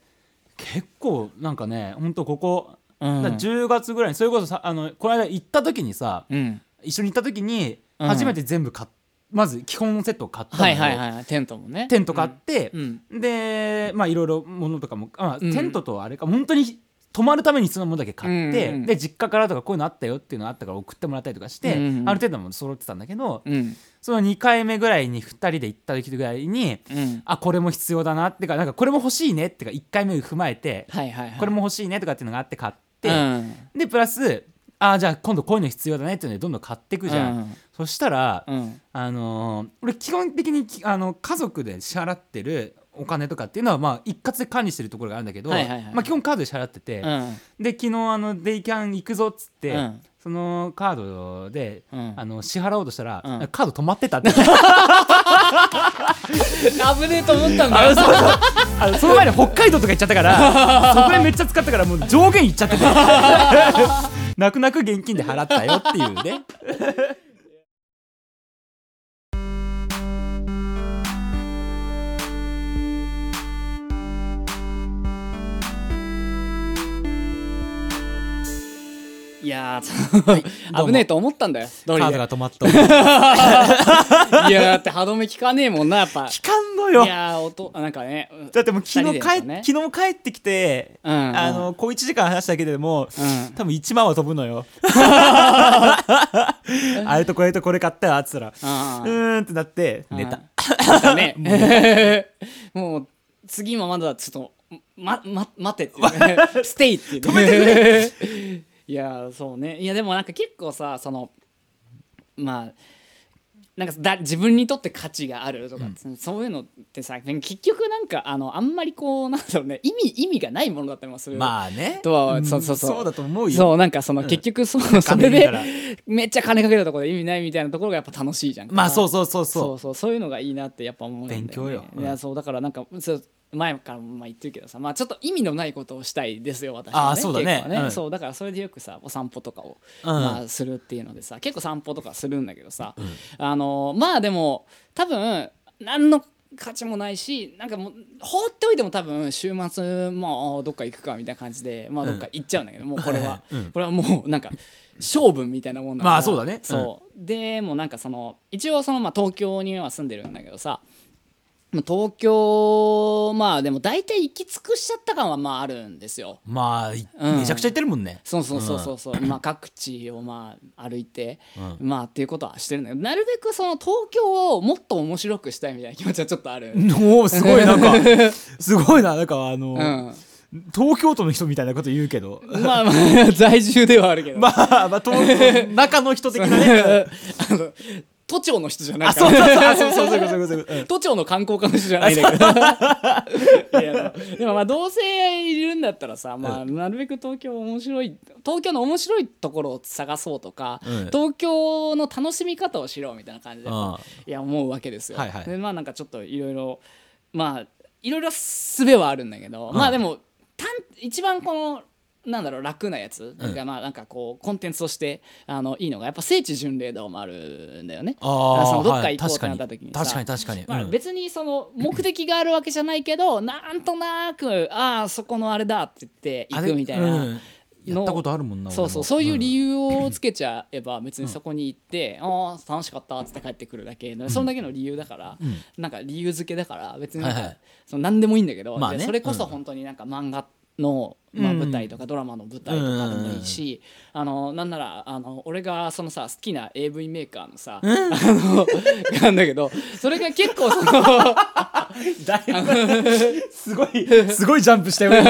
結構なんかねほんとここ、
うん
だから10月ぐらいにそれこそさあのこの間行った時にさ、
うん
一緒に行った時に
うん
初めて全部買っまず基本のセットを買ったの
は
よ
いはいはいテントもね
テント買って、
うん
でまあいろいろ物とかもあ
うん
テントとあれか、本当に泊まるために必要なものだけ買って、
うんうん
で実家からとかこういうのあったよっていうのあったから送ってもらったりとかして、
うんうん
ある程度のもの揃ってたんだけど、
うん
その2回目ぐらいに2人で行った時ぐらいに
うん
あこれも必要だなってかなんかこれも欲しいねってか1回目踏まえて、
はいはいはい
これも欲しいねとかっていうのがあって買って、
うん
でプラスあじゃあ今度こういうの必要だねっていうのでどんどん買ってくじゃん、
うん
そしたら、
うん
あのー俺基本的にきあの家族で支払ってるお金とかっていうのはまあ一括で管理してるところがあるんだけど、
はいはいはい
まあ、基本カードで支払ってて、
うん
で昨日あのデイキャン行くぞっつって、
うん
そのカードで、
うん
あの支払おうとしたら、
うん
カード止まってたって
危ねえと思ったんだよ
あのその前に北海道とか行っちゃったから そこでめっちゃ使ったからもう上限いっちゃってて 泣く泣く現金で払ったよっていうね。
いやーそう
どうも
危ねえと思ったんだよ
カ
ドリ
ード
で
が止まった 聞
いやだって歯止め効かねえもんなやっぱ
かんの
い
よ
やー音なんかねうん
だってもう昨日
二人で
帰
や
っ
ったね
昨日帰ってきて、
うんうん
あの小1時間話しただけでも、
うん
多分1万は飛ぶの よあれとこれとこれ買ったよっつったらう
あー
ーんってなって寝た、
なんかね もう次もまだちょっとま、ま、待てっていう ねステイっていうね いやーそうねいやでもなんか結構さそのまあなんかだ自分にとって価値があるとか、そういうのってさ結局なんかあのあんまりこうなんだろうね意味意味がないものだったりもする
まあね
とは
ん
そうそうそう
だと思うよ
そうなんかその結局そう、それ
見
で
たら
めっちゃ金かけたところで意味ないみたいなところがやっぱ楽しいじゃん
まあそう
う
そうそう
そ
そうう
そうそういうのがいいなってやっぱ思うんだよ、ね、
勉強ようん
いやそうだからなんかそう前からもまあ言ってるけどさまあちょっと意味のないことをしたいですよ私は、ね、
あーそうだね
結構
うん
そうだからそれでよくさお散歩とかを、
うん
まあ、するっていうのでさ結構散歩とかするんだけどさ、あのーまあでも多分何の価値もないしなんかもう放っておいても多分週末まあどっか行くかみたいな感じでまあどっか行っちゃうんだけど、もうこ れは、これはもうなんか勝負みたいなもんだから
まあそうだねうん
そうでもなんかその一応そのまあ東京には住んでるんだけどさまあ東京まあでも大体行き尽くしちゃった感はまああるんですよ。
まあ、い
うん
めちゃくちゃ言ってるもんね
そうそうそうそうそう、まあ各地をまあ歩いて、まあっていうことはしてるんだけどなるべくその東京をもっと面白くしたいみたいな気持ちはちょっとある。
おおすごいなんかすごいななんかあの、
うん
東京都の人みたいなこと言うけど
まあまあ在住ではあるけど、
まあまあ東京の中の人的な ね
あの都庁の人じゃない
あ
から
そうそうそうあそうそうそうそうそうそう うん
都庁の観光課の人じゃないんだけどいやでもでもまあどうせいるんだったらさ、まあ、なるべく東京面白い東京の面白いところを探そうとか、
うん
東京の楽しみ方をしろみたいな感じで
ああ
いや思うわけですよ。
はいはい
でまあなんかちょっといろいろまあいろいろすべはあるんだけど、まあでもたん一番このなんだろう楽なやつが、まあなんかこうコンテンツとしてあのいいのがやっぱ聖地巡礼道もあるんだよね。
あー
そのどっか
はい
行こうっ
確か
てな
に
った時にさ
確かに確かに、
まあ、
うん
別にその目的があるわけじゃないけど、 なんとなくああそこのあれだって言
あ
っ
れ
て行くみたいな、
うんやったことあるもんな
そう
俺
そう
も
そういう理由をつけちゃえば別にそこに行って「ああ楽しかった」っつって帰ってくるだけそんだけの理由だから、 なんか理由付けだから別になんか
はいはい
その何でもいいんだけど、
まあね
でそれこそ本当になんか漫画のまあ、
うん
舞台とかドラマの舞台とかでもいいし、あのなんならあの俺がそのさ好きな AV メーカーのさ、あのなんだけどそれが結構その
だいぶすごいすごいジャンプしたよ 今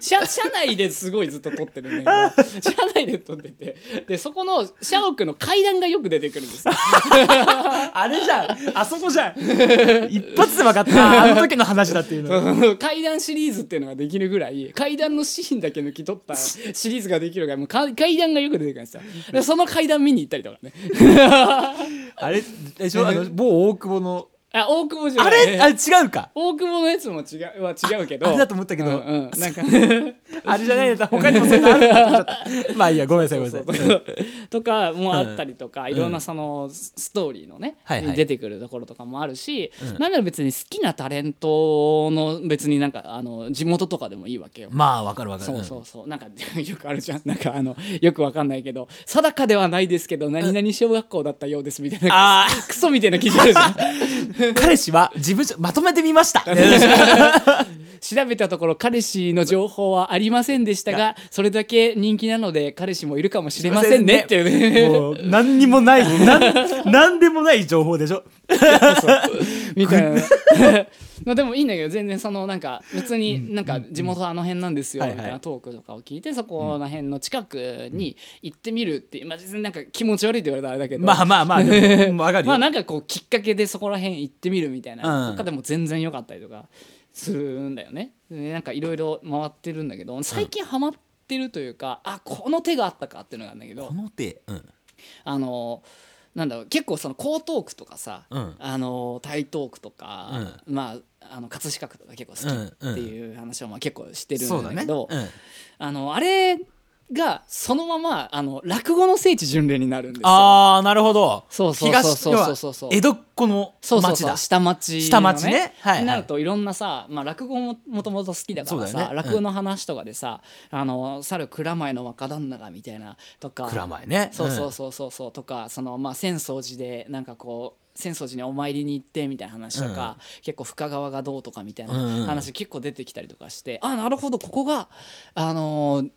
社社内ですごいずっと撮っ てるんだけど社内で撮っててでそこの社屋の階段がよく出てくるんですよ
あれじゃんあそこじゃん一発で分かったあの時の話だっていうの
階段シリーズっていうのができるぐらい階段のシーンだけ抜き取ったシリーズができるぐらいもうか階段がよく出てくるんですよでその階段見に行ったりとかね
あれでしょあの某大久保の
あ大久保じゃ
あ
ない
れあれ違うか
大久保のやつも違うは違うけど
あれだと思ったけど
うんうんなんか
あれじゃないやつ他にもそれあるかと思っ ちゃったまあいいやごめんなさいごめんなさい
とかもあったりとか、いろんなそのスストーリーのね、
はいはい
出てくるところとかもあるし、なんなら別に好きなタレントの別になんかあの地元とかでもいいわけよ。
まあわかるわかる
そうそうそうなんか よくあるじゃんなんかあのよくわかんないけど定かではないですけど何々小学校だったようですみたい
あ
なクソみたいな記事あるじゃん
ー彼氏は自分じゃまとめてみました
調べたところ彼氏の情報はありませんでしたがそれだけ人気なので彼氏もいるかもしれませんねっていうね
もう何にも ないなん何でもない情報でしょ
みたい なまあでもいいんだけど全然そのなんか別になんか地元あの辺なんですよ
はい
み
はい
たいなトークとかを聞いてそこら辺の近くに行ってみるっていうまあ別になんか気持ち悪いって言われたらあれだけど
まあまあまあ でもわかる
ま
よ
あなんかこうきっかけでそこら辺行ってみるみたいな
うん
とかでも全然良かったりとかするんだよね。でなんかいろいろ回ってるんだけど最近ハマってるというか、あこの手があったかっていうのがあるんだけど
この手うん
あのなんだろう結構その高トークとかさ、
うん
あの台東区とか、まああの葛飾区とか結構好きっていう話をまあ結構してる
そうんだ
だ
ね
けど、
うん
あのあれがそのままあの落語の聖地巡礼になるんですよ。
ああなるほど
そうそうそうそうそうそうそ
東要
う
は江戸っ子の
そうそう
町
そう
だ
下町の
下町ねはいはい
になるといろんなさ、まあ、落語ももともと好きだから
そう
さ、
だよねうん
落語の話とかでさ「あの猿蔵前の若旦那が」みたいなとか
蔵前ね
そうそうんそうそうそうとかその、まあ、浅草寺でなんかこう浅草寺にお参りに行ってみたいな話とか、結構深川がどうとかみたいな話結構出てきたりとかして、あなるほどここがあのー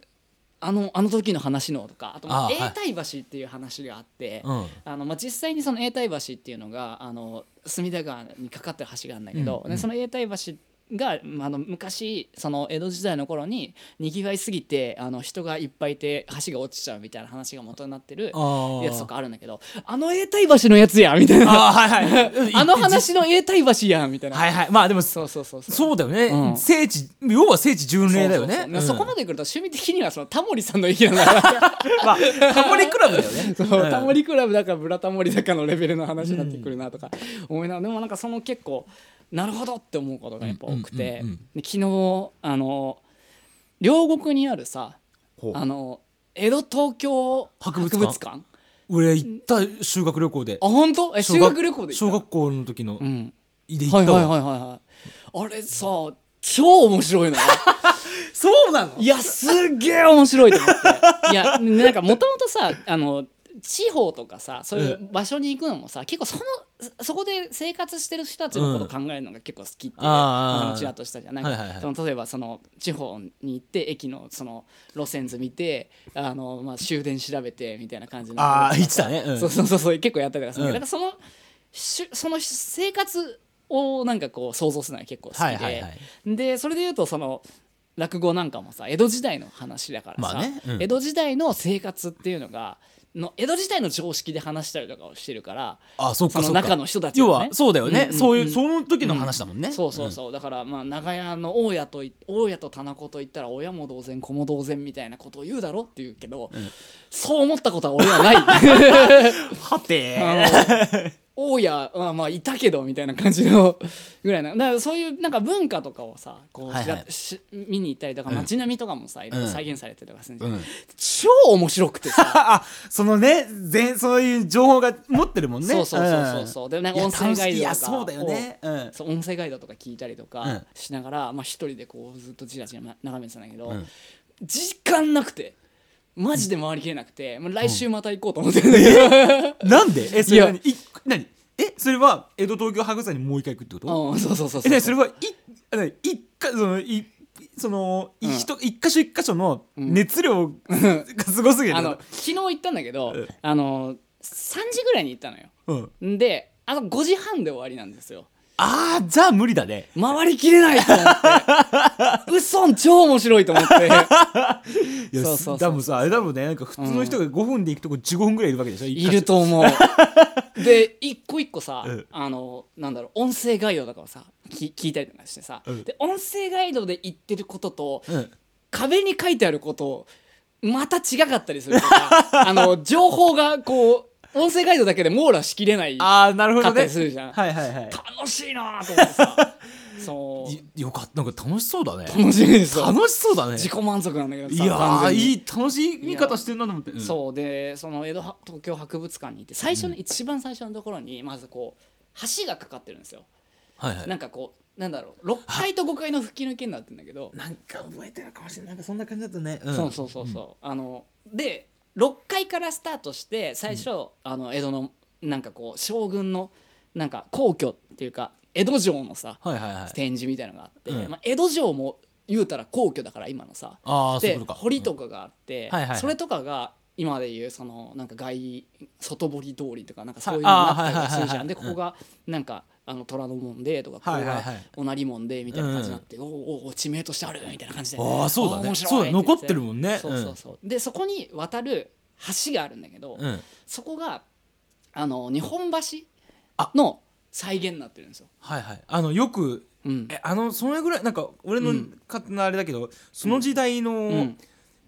あのあの時の話のとかあとまあ
あーはい
永代橋っていう話があって、
うん
あのまあ、実際にその永代橋っていうのがあの隅田川にかかってる橋があるんだけど、
うん
でその永代橋が、まあ、あの昔その江戸時代の頃ににぎわいすぎてあの人がいっぱいいて橋が落ちちゃうみたいな話が元になってる
あー
やつとかあるんだけどあの永代橋のやつやみたい なあ
あーはいはいうん
の話の永代橋やみたいな、
はいはいまあでもそ
そうそうそうそう
そうだよね、
うん
聖地要は聖地巡礼だよね
そうそうそう
うん
そこまで来ると趣味的にはそのタモリさんの域なんだから
まあタモリクラブだよね
そうタモリクラブだかブラタモリだかのレベルの話になってくるなとか思いながらでもなんかその結構なるほどって思うことがやっぱ多くて
うんうん
で昨日あの両国にあるさ
ほう
あの江戸東京
博物館
館
俺行った修学旅行で
あ本当え修学旅行で行った
小学校の時の、
うん
で行
は
っ
い
たわ、
はいはいはいはいあれさ超面白いのよ
そうなの
いやすっげえ面白いと思ってい やなんかもともとさあの地方とかさそういう場所に行くのもさ、結構そのそそこで生活してる人たちのことを考えるのが結構好きっていう
うんあー
話だとしたじゃんない、
はいはいはい
その例えばその地方に行って駅のその路線図見てあの、まあ、終電調べてみたいな感じの
ああ言ってたね、うん
そうそうそうそう結構やったりとかするんだ
うん
けど、なんかそのしその生活をなんかこう想像するのが結構好きで、
はいはいはい
でそれで言うとその落語なんかもさ江戸時代の話だからさ、
まあねうん
江戸時代の生活っていうのがの江戸時代の常識で話したりとかをしてるから
あそっか
その
っか
中の人たちが
要
ね
はそうだよね、
うんうん
そういうその時の話だもんね、
そうそうそう、だからまあ長屋の大家とい大家と棚子と言ったら親も同然子も同然みたいなことを言うだろって言うけど、そう思ったことは俺はない。
はてー
あの大家はまあいたけどみたいな感じのぐらいなだからそういうなんか文化とかをさこう
はいはい
しらし見に行ったりとか街並みとかもさいろいろ再現されてとかするじゃん
うん
超面白くてさ
あそのね全そういう情報が持ってるもんね
そうそうそうそうそうでなんか音声ガイ
い
ド
や
とか
そうだよねうん
そう音声ガイドとか聞いたりと
う
か
ん
しながら、まあ、一人でこうずっとじらじら眺めてたんだけど、
ん
時間なくてマジで回りきれなくて、まあ、来週また行こうと思ってるんだけ ど。
なんでえそ
い
れ
や
何い何えそれは江戸東京博物館にもう一回行くってこと
うんそうそうそうそ
え
う
何それはいあ何一回そのいその、
うん
一一箇所一箇所の
うん
熱量がすごすぎる
あの昨日行ったんだけど
うん
あの3時ぐらいに行ったのよ
うん、
であの5時半で終わりなんですよ
あーじゃあ無理だね
回りきれないと 思ってうそん超面白いと思って
いや
そうそうそう
多分さあれ多分ねなんか普通の人が5分で行くとこ15分ぐらいいるわけでしょ
い
い
ると思うで一個一個さ、
うん
あのなんだろう音声ガイドとかをさき聞いたりとかしてさ、
うん
で音声ガイドで言ってることと
うん
壁に書いてあることをまた違かったりする とかあの情報がこう音声ガイドだけで網羅しきれないか
ああなるほど
った
ね
りするじゃん、
はいはいはい
楽しいなと思っ てさそう
いよかったなんか楽しそうだね
楽しいですよ
楽しそうだね
自己満足なんだけど
い
さ
や
完
ー
全に
いい楽しみ方してるなと思って、うん
そうでその江戸は東京博物館に行って最初の、一番最初のところにまずこう橋がかかってるんですよ、
はいはい
なんかこうなんだろう6階と5階の吹き抜けになってんだけど、
なんか覚えてるかもしれないなんかそんな感じだったね、ん
そうそうそうそう、あので6階からスタートして最初、あの江戸のなんかこう将軍のなんか皇居っていうか江戸城のさ、
はいはいはい
展示みたいなのがあって、
うん
まあ、江戸城も言うたら皇居だから今のさ、
ああそうい
で
うことか
堀とかがあって、
はいはいはい
それとかが今でいうそのなんか外外堀通りとかなんかそういうのに
は
ないったりとかするじ
あーはいはいはいは
ゃ
い
んでここがなんかあの虎ノ門でとかここ
はいはいはい
がおなり門でみたいな感じになって、おーおーおー地名としてあるみたいな感じで
ああそうだ
おー
ね
面白い
そうだ
言
残ってるもんね
そうそうそうでそこに渡る橋があるんだけど、
うん、うん、
そこがあの日本橋
あ
の再現になってるんですよ。
はいはいあのよく
うん
えあのそれぐらいなんか俺の
うん
勝手なあれだけど、その時代の、
うん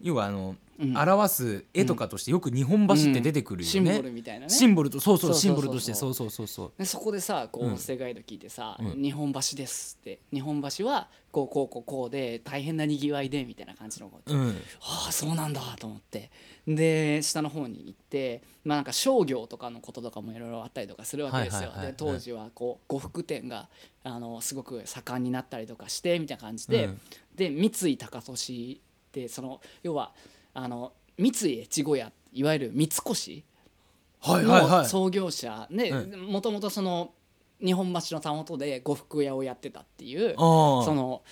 要はあの、
うん
表す絵とかとしてよく日本橋って出てくるよね、
シンボルみたいなね
シンボルとそうそう
そう
シ
そう
ン
そうそう
ボルとしてそうそうそうそう
でそこでさこう
うん
音声ガイド聞いてさ「
うん
日本橋です」って「日本橋はこうこうこうこうで大変なにぎわいで」みたいな感じのこと、
うん
ああそうなんだと思ってで下の方に行って、まあ、なんか商業とかのこととかもいろいろあったりとかするわけです
はい
よ。
はいはいはい
で当時はこう呉服店があのすごく盛んになったりとかしてみたいな感じで、
うん
で三井高利ってその要はあの三井越後屋いわゆる三越
はいはいは
の
い
創業者ね
う
もともとその日本橋のたもとで呉服屋をやってたっていう
あー
その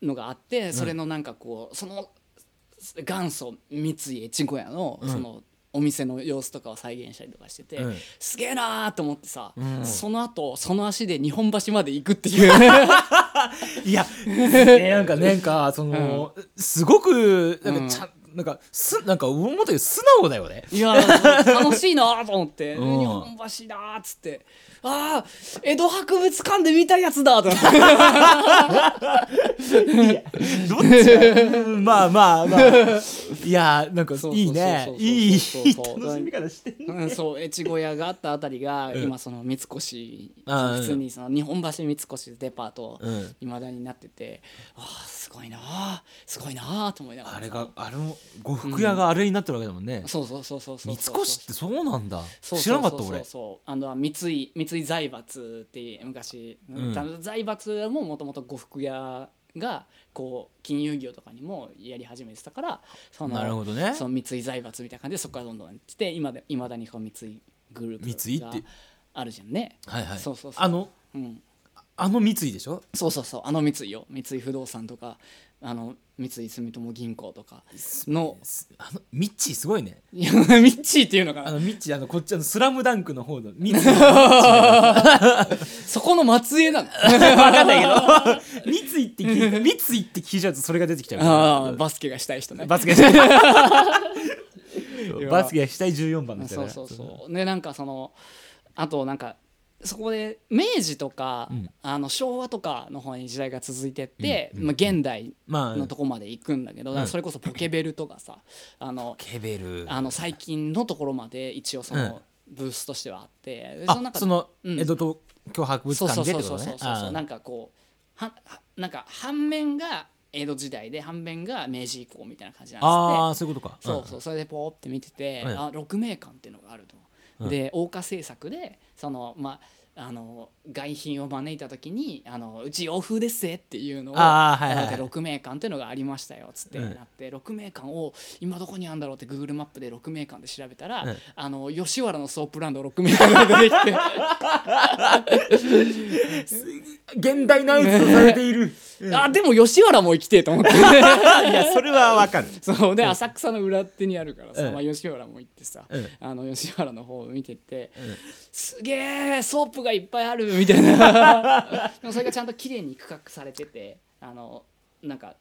のがあってそれのなんかこうその元祖三井越後屋の
うん
そのお店の様子とかを再現したりとかしてて、
うん
すげえなーと思ってさ、
うん
その後その足で日本橋まで行くっ ていう
いや、ね、 なんかなんかその、すごくなんかちゃん、なんかすなんか思ったより素直だよね
いやー楽しいなーと思って、
うん
日本橋だーっつってああ江戸博物館で見たやつだーと思って。
どっちがうんまあまあまあいやなんか
そうそうそうそう
いいねいい
そうそうそう
楽しみ方してん
うん、 そう越後屋があったあたりが
うん
今その三越普
あー
通にその日本橋三越デパート
うん
いまだになっててあーすごいなあすごいなあと思いながら
あれがあれも呉服屋があれになってるわけだもんね、
そうそうそうそうそ
三
う
越ってそうなんだ
そう
知らなかった
そうそう
俺
そうあの三井三井財閥って昔、
うん
あの財閥ももともと呉服屋がこう金融業とかにもやり始めてたからその
なるほどね
その三井財閥みたいな感じでそこからどんどん来て今で未だにこう三井グループ
三井って
があるじゃんね
はいはい
そうそうそう
あの
うん、
あの三井でしょ
そうそうそうあの三井よ三井不動産とかあの三井住友銀行とかの
すあのミッチーすごいね
いやミッチーっていうのか
あ
な
のミッチーあのこっちあのスラムダンクの方の ミッチー
そこの末裔なの
分かんないけど三井って聞い三井って聞いちゃうとそれが出てきちゃう
ああバスケがしたい人 ね
バス ケしたい
や
バスケがしたい14番みたい
そ
な
うそうそうでなんかそのあとなんかそこで明治とか、
うん
あの昭和とかの方に時代が続いてって、まあ、現代
ま
の
あ
とこまで行くんだけど、
うん
だからそれこそポケベルとかさあの
ケベル
あの最近のところまで一応そのブースとしてはあって、で
あ
中で
その
うん
江戸東京博物
そうそ
館
う
でっ
そう
て
そ
こ
う
と
そう
ね
そう
あ
なんかこうははなんか反面が江戸時代で反面が明治以降みたいな感じなんですね
ああーそういうことか
そうそうそれでポーって見てて、
うん
あ鹿鳴館っていうのがあると、
うん
で桜花製作でそのまああの外賓を招いた時にあの「うち洋風ですぜ」っていうのを
あーはいはい
なんか6名館っていうのがありましたよつって
うん
なって、6名館を今どこにあるんだろうって Google マップで6名館で調べたら、
うん
あの吉原のソープランド6名館が出てきて
現代のアイスとされてい る
あでも吉原も行きてえと思って
い やそれはわかる
そうで浅草の裏手にあるからさ、
うん
まあ、吉原も行ってさ、
うん
あの吉原の方を見てって、
ん
すげえソープがいっぱいあるみたいな でもそれがちゃんと綺麗に区画されててあのなんか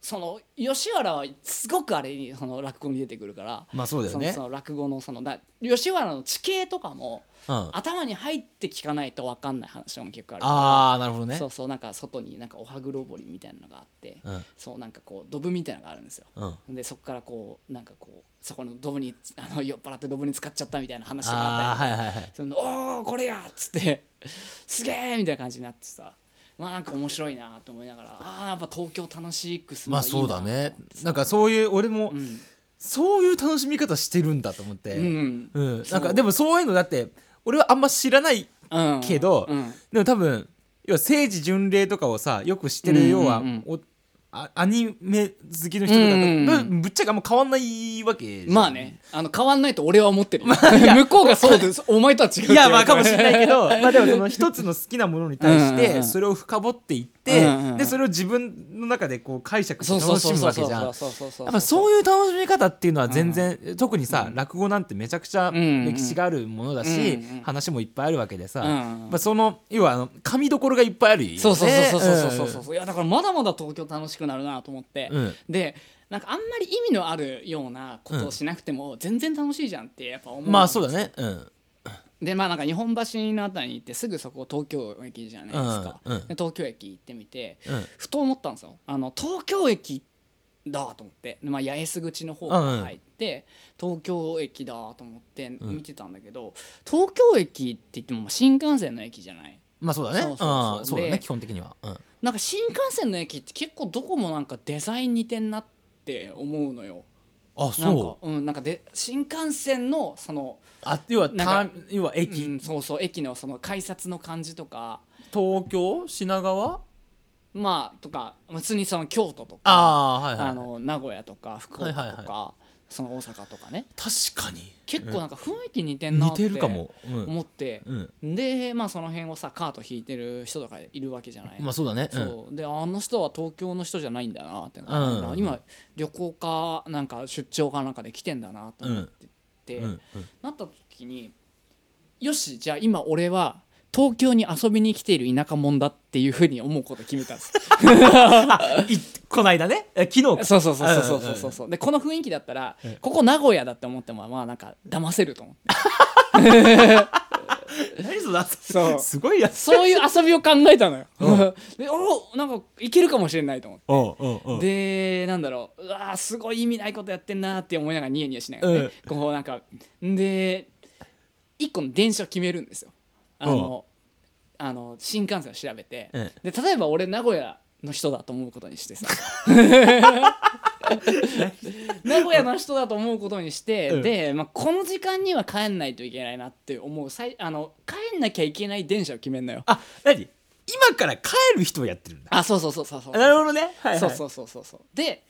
その吉原はすごくあれにその落語に出てくるから。
まあそうだよ
その
ね
その落語のそのだ吉原の地形とかも
うん
頭に入って聞かないと分かんない話も結構あるから
ああなるほどね
そうそうなんか外になんかおはぐろぼりみたいなのがあって、
うん
そうなんかこうドブみたいなのがあるんですよ、
うん
でそこからこうなんかこうそこのドブにあの酔っ払ってドブに使っちゃったみたいな話とかあ
あ
っ
あ
たり
はいはいはい
そのおおこれやっつってすげえみたいな感じになってさまあなんか面白いなと思いながらああやっぱ東京楽しくする
ま
の
あ
いいな
そうだねなんかそういう俺も
うん、
そういう楽しみ方してるんだと思っ
う
て
ん
うんなん
そ
か
う
でもそういうのだって俺はあんま知らない
うん、
けど
うん
でも多分要は政治巡礼とかをさよく知ってる要は
うんうん
おあアニメ好きの人とかと
うんうんうん
ぶぶっちゃけあんま変わんないわけじゃん
まあねあの変わんないと俺は 思ってるよ、 向こうがそうですお前とは違うって
いやまあ
言
か
わ
も
れ
してれないけどまあでもその一つの好きなものに対し
うんうんう
て
ん
それを深掘っていって
うんうんうん
でそれを自分の中でこう解釈して
そうそう
楽
そ
し
う
む
そう
わ
そ
け
う
じゃん
そうそうそう
やっぱそういう楽しみ方っていうのは全然、特にさ、落語なんてめちゃくちゃ
んうん
歴史があるものだし、
うんうん
話もいっぱいあるわけでさ、
うんうん
まあ、その要はあの紙どころがいっぱいあるよね
そうそうそうそうそうそうそう、いやだからまだまだ東京楽しくなるなと思って、
うん
でなんかあんまり意味のあるようなことをしなくても全然楽しいじゃんってやっぱ思う、
うんまあそうだねうん
でまあなんか日本橋のあたりに行ってすぐそこ東京駅じゃないですか、
うんうん
で東京駅行ってみて、
うん
ふと思ったんですよあの東京駅だと思って、でまあ、八重洲口の方か
うんうん
ら入って、東京駅だと思って見てたんだけど、東京駅って言ってもまあ新幹線の駅じゃない
まあそうだね
そうそうそう
うんそうだね
で
基本的には、うん、
なんか新幹線の駅って結構どこもなんかデザイン似てんなって思うのよ
あ
なんか、
そう
ん、なんかで新幹線のその、
うあ要はた
なんか
要は
う
駅、
ん、そうそう駅のその改札の感じとか
東京品川
まあとか普通にその京都とか
ああはいはい
あの名古屋とか福岡とか、
はいはい
その大阪とかね
確かに
結構なんか雰囲気似てんな
似
って
てるかも、うん
思って、
うん、
でまあその辺をさカート引いてる人とかいるわけじゃない、
まあそうだねうん
そうであの人は東京の人じゃないんだなって、
うん
今旅行かなんか出張かなんかで来てんだなと思ってて、
うん
なった時によしじゃあ今俺は東京に遊びに来ている田舎者だっていうふうに思うこと決めたんです
いこの間ねえ昨日
そうそうそうそうそうそうそうでこの雰囲気だったらここ名古屋だって思ってもまあなんか騙せると思って
何その
そう
すごいやつ
そういう遊びを考えたのよでおなんかいけるかもしれないと思って。
うんうんうん
でなんだろううわーすごい意味ないことやってんなーって思いながらニヤニヤしながらね、
うん
こうなんかで一個の電車を決めるんですよあのあの新幹線を調べて、
うん
で例えば俺名古屋の人だと思うことに してさ名古屋の人だと思うことにして、
うん
で、まあ、この時間には帰んないといけないなって思うさいあの帰んなきゃいけない電車を決めんのよ
あ、なに今から帰る人をやってるんだ。
あそうそうそうそうそう
なるほどね。はい、はい。
そうそうそうそうそうで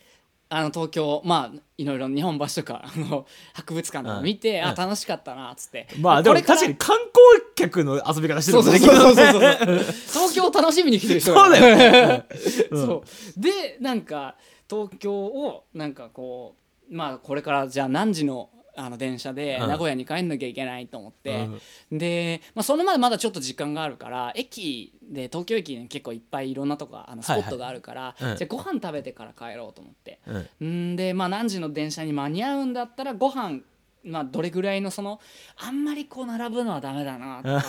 あの東京まあいろいろ日本橋とかあの博物館とか見て、
うん
あ
うん
楽しかったなっつって
まあでも
これら
確かに観光客の遊び方してる
そう
もんね
そうそうそう
きっと
そうそう
ね
東京を楽しみに来てる人
そう
よ、
だよ ね。うん
そうでなんか東京をなんかこうまあこれからじゃあ何時のあの電車で
うん
名古屋に帰んなきゃいけないと思って、で、まあ、そのまでまだちょっと時間があるから駅で東京駅に結構いっぱいいろんなとこがあのスポットがあるから、
いはいうん
じゃあご飯食べてから帰ろうと思って、
うんうん
んでまあ何時の電車に間に合うんだったらご飯まあどれぐらいのそのあんまりこう並ぶのはダメだなと か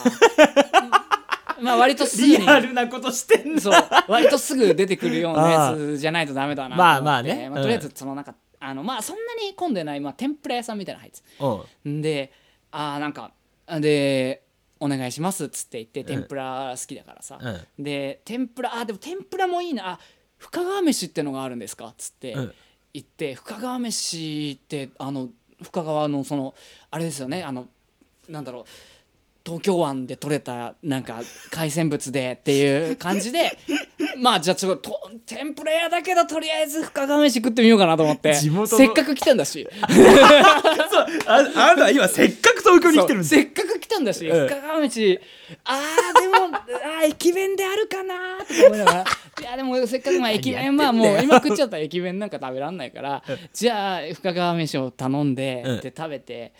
うんまあ割とすぐに
リアルなことしてんの。
そう割とすぐ出てくるようなやつじゃないとダメだなと思って
まあまあね
まあとりあえずそのなんかあのまあそんなに混んでないまあ天ぷら屋さんみたいなの入ってた
お
んであーなんかで「お願いします」っつって言って天ぷら好きだからさ、
うん
で天ぷらあーでも天ぷらもいいなあ深川飯ってのがあるんですかっつって
うん
行って、深川飯ってあの深川のそのあれですよねあのなんだろう東京湾で取れたなんか海鮮物でっていう感じで まあじゃあちょっとと天ぷら屋だけどとりあえず深川飯食ってみようかなと思って
地元の
せっかく来たんだし
そうああなたは今せっかく東京に来てるんです
そうせっかく来たんだし、
うん
深川飯あーでも あー駅弁であるかなーって思いなが らいやでもせっかくまあ駅弁まあもう今食っちゃったら駅弁なんか食べらんない から、じゃあ深川飯を頼んで、
うん
で食べて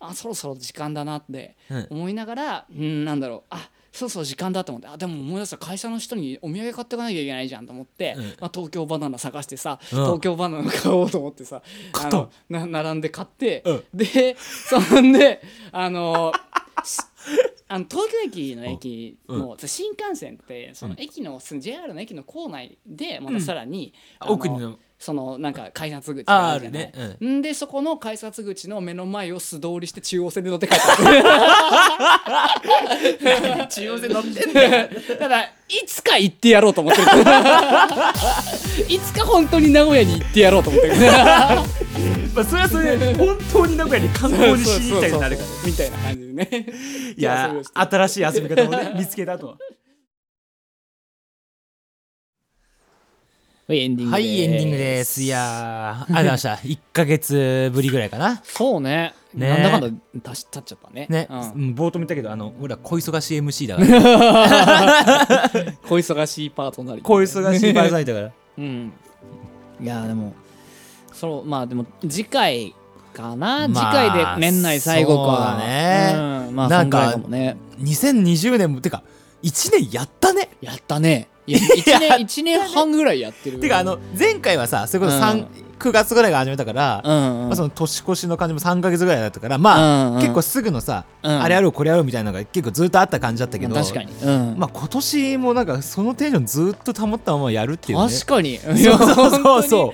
あそろそろ時間だなって
うん
思いながら、うん、なんだろうあそろそろ時間だと思ってあでも思い出した会社の人にお土産買っていかなきゃいけないじゃんと思って、
うん
まあ、東京バナナ探してさ、
うん
東京バナナ買おうと思ってさ
買
あ
った
のな並んで買って、
うん
でそんであのし あの東京駅の駅の、新幹線ってその駅の、その JR の駅の構内でまたさらに、あ
奥にの
そのなんか改札口があるじゃない
あーあるね
んでそこの改札口の目の前を素通りして中央線で乗って帰 った
中央線乗ってん
ただいつか行ってやろうと思ってる いつか本当に名古屋に行ってやろうと思ってる
まあそれはそれで本当に名古屋に観光にしに行きたいになるから
みたいな感じでね
いや新しい遊び方も ね見つけたと
はいエンディング
はいエンディングですいやーありがとうございました1か月ぶりぐらいかな
そうね
ね
なんだかんだ足し立っちゃったね
ね、
う
うんん、冒頭も言ったけどあの俺ら小忙しい MC だから
小忙しいパートナリ ー
小忙しい バイザイだから
うんいやでもそうまあでも次回か
まあ
な、次回で年内最後
そ
か
うだね
うん、まあ
な
そん
ん
ぐ
から
いかもね
2020年もてか1年やったね
やったね いや 1, 年一年半ぐらいやってる
てかあの前回はさそれこそ
うん
3 9月ぐらいが始めたから、
うん、うん
まあ、その年越しの感じも3か月ぐらいだったからまあ、
うんうん
結構すぐのさ、
うん
あれやろうこれやろうみたいなのが結構ずっとあった感じだったけど、
まあ確かに、うん
まあ、今年もなんかそのテンションずっと保ったままやるっていうね
確かにそう
そうそうそ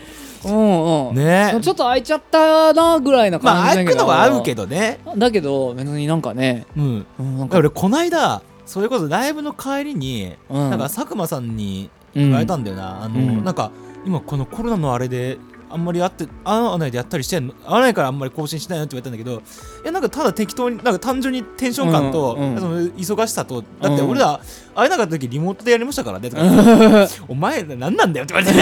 う
うんうん
ね
ちょっと空いちゃったなぐらいな
うまあ
感じだ
開
け
く
ど
のは合うけどね
どだけど別になんかね、
うん
うん、なんか
俺こないだそれこそライブの帰りに、
うん
なんか佐久間さんに
うん
言われたんだよな、あの、
うん
なんか今このコロナのあれであんまり会って会わないでやったりしてんの会わないからあんまり更新しないなって言われたんだけどいやなんかただ適当になんか単純にテンション感と、
うんうん
その忙しさとだって
うん
俺ら会えなかった時リモートでやりましたからねとか言って、 お前ら何なんだよって言われて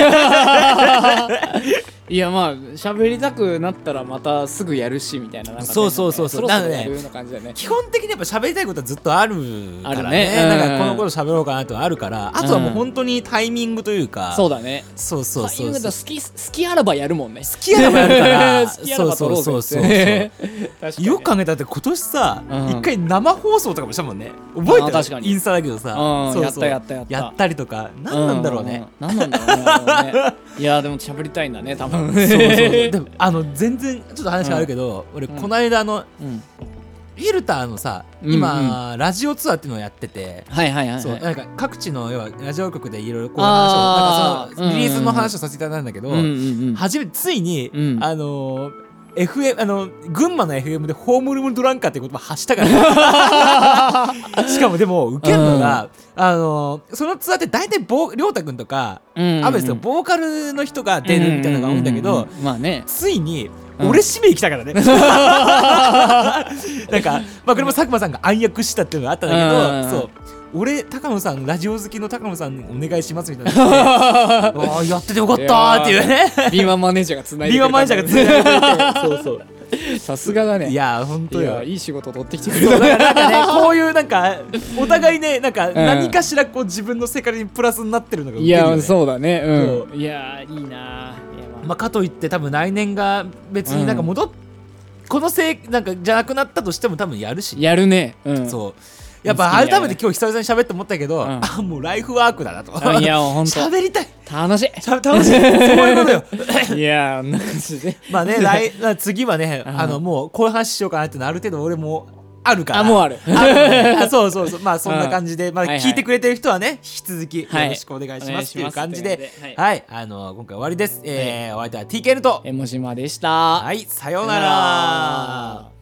いやまあ喋りたくなったらまたすぐやるしみたいななんかね
そうそうそうそう
なんかね
な
そ
んかね
ろそろやるような感じだね
基本的にやっぱ喋りたいことはずっとあるからね
あるねうん
なんかこの頃喋ろうかなとはあるからあとはもう本当にタイミングというか、
そうだね
そうそうそうそう
好き好きあらばやるもんね好
きあらばやるから
好きあらば取ろうぜ
そうそうそうそう
確かにね
よく考えたらだって今年さ
うん
一、回生放送とかもしたもんね覚えて
あー
る
確かに
インスタだけどさ、
うん
そうそう
やったやったやった
やったりとか何なんだろうね、
うんうんうん何なんだろうねあれもねいやでも喋りたいんだね多 分
そうそうそうでもあの全然ちょっと話があるけど、俺
うん
この間あの
うん
フィルターのさ今、ラジオツアーっていうのをやってて、
はいはいはいはい
そうなんか各地の要はラジオ局でいろいろこう
あ
話をなんか
ー
そのリリースの話をさせていただいたんだけど、
うんうんうん
初めてついに、
うん
あのー FM あの群馬の FM で「ホームルームドランカー」っていう言葉発したから しかもでもウケるのが、あのーそのツアーって大体ボー亮太君とか
うんうんうん
阿部さんボーカルの人が出るみたいなのが多いんだけど、
うううんうんまあね
ついに
うん
俺指名来た からね、なんか、まあ、これも佐久間さんが暗躍したっていうのがあったんだけど、
うんうん
そう俺高野さんラジオ好きの高野さんにお願いしますみたいな ああやっててよかったーっていうね
リーマンマネージャーがつないで
リーマンマネージャーがつないでくれ てそう
がさすがだ
そ
ね
ういやー本
い
当よ
やいい仕事取ってきてくれたね
なんかねこういうなんかお互いねなんか何かしらこう自分の世界にプラスになってるのがウ
い
ケるよね
やそうだねう
そ
んいやいいないやまあ
まあ、かといって多分来年が別になんか戻っ、このせいなんかじゃなくなったとしても多分やるし
やるねうん
そうやっぱ改めて今日久々に喋って思ったけど、
ん
あもうライフワークだなと
あいやほんと
喋りたい
楽し
しゃ楽しいそういう ことよ
いいやーなんかね
まあ ね来まあ次はね
ん
あのもうこういう話しようかなってのある程度俺もあるから
あもうある
あるねあそうそうそうまあそんな感じで、まあ、
はいはい
聞いてくれてる人はね引き続きよ
はい
ろしくお願いしますっていう感じ
お願い
で
しますと、
はいいう
ことで
あの今回終わりです、えーお相手は TKN と
江モ島でした
はいさような
さような
ら
ら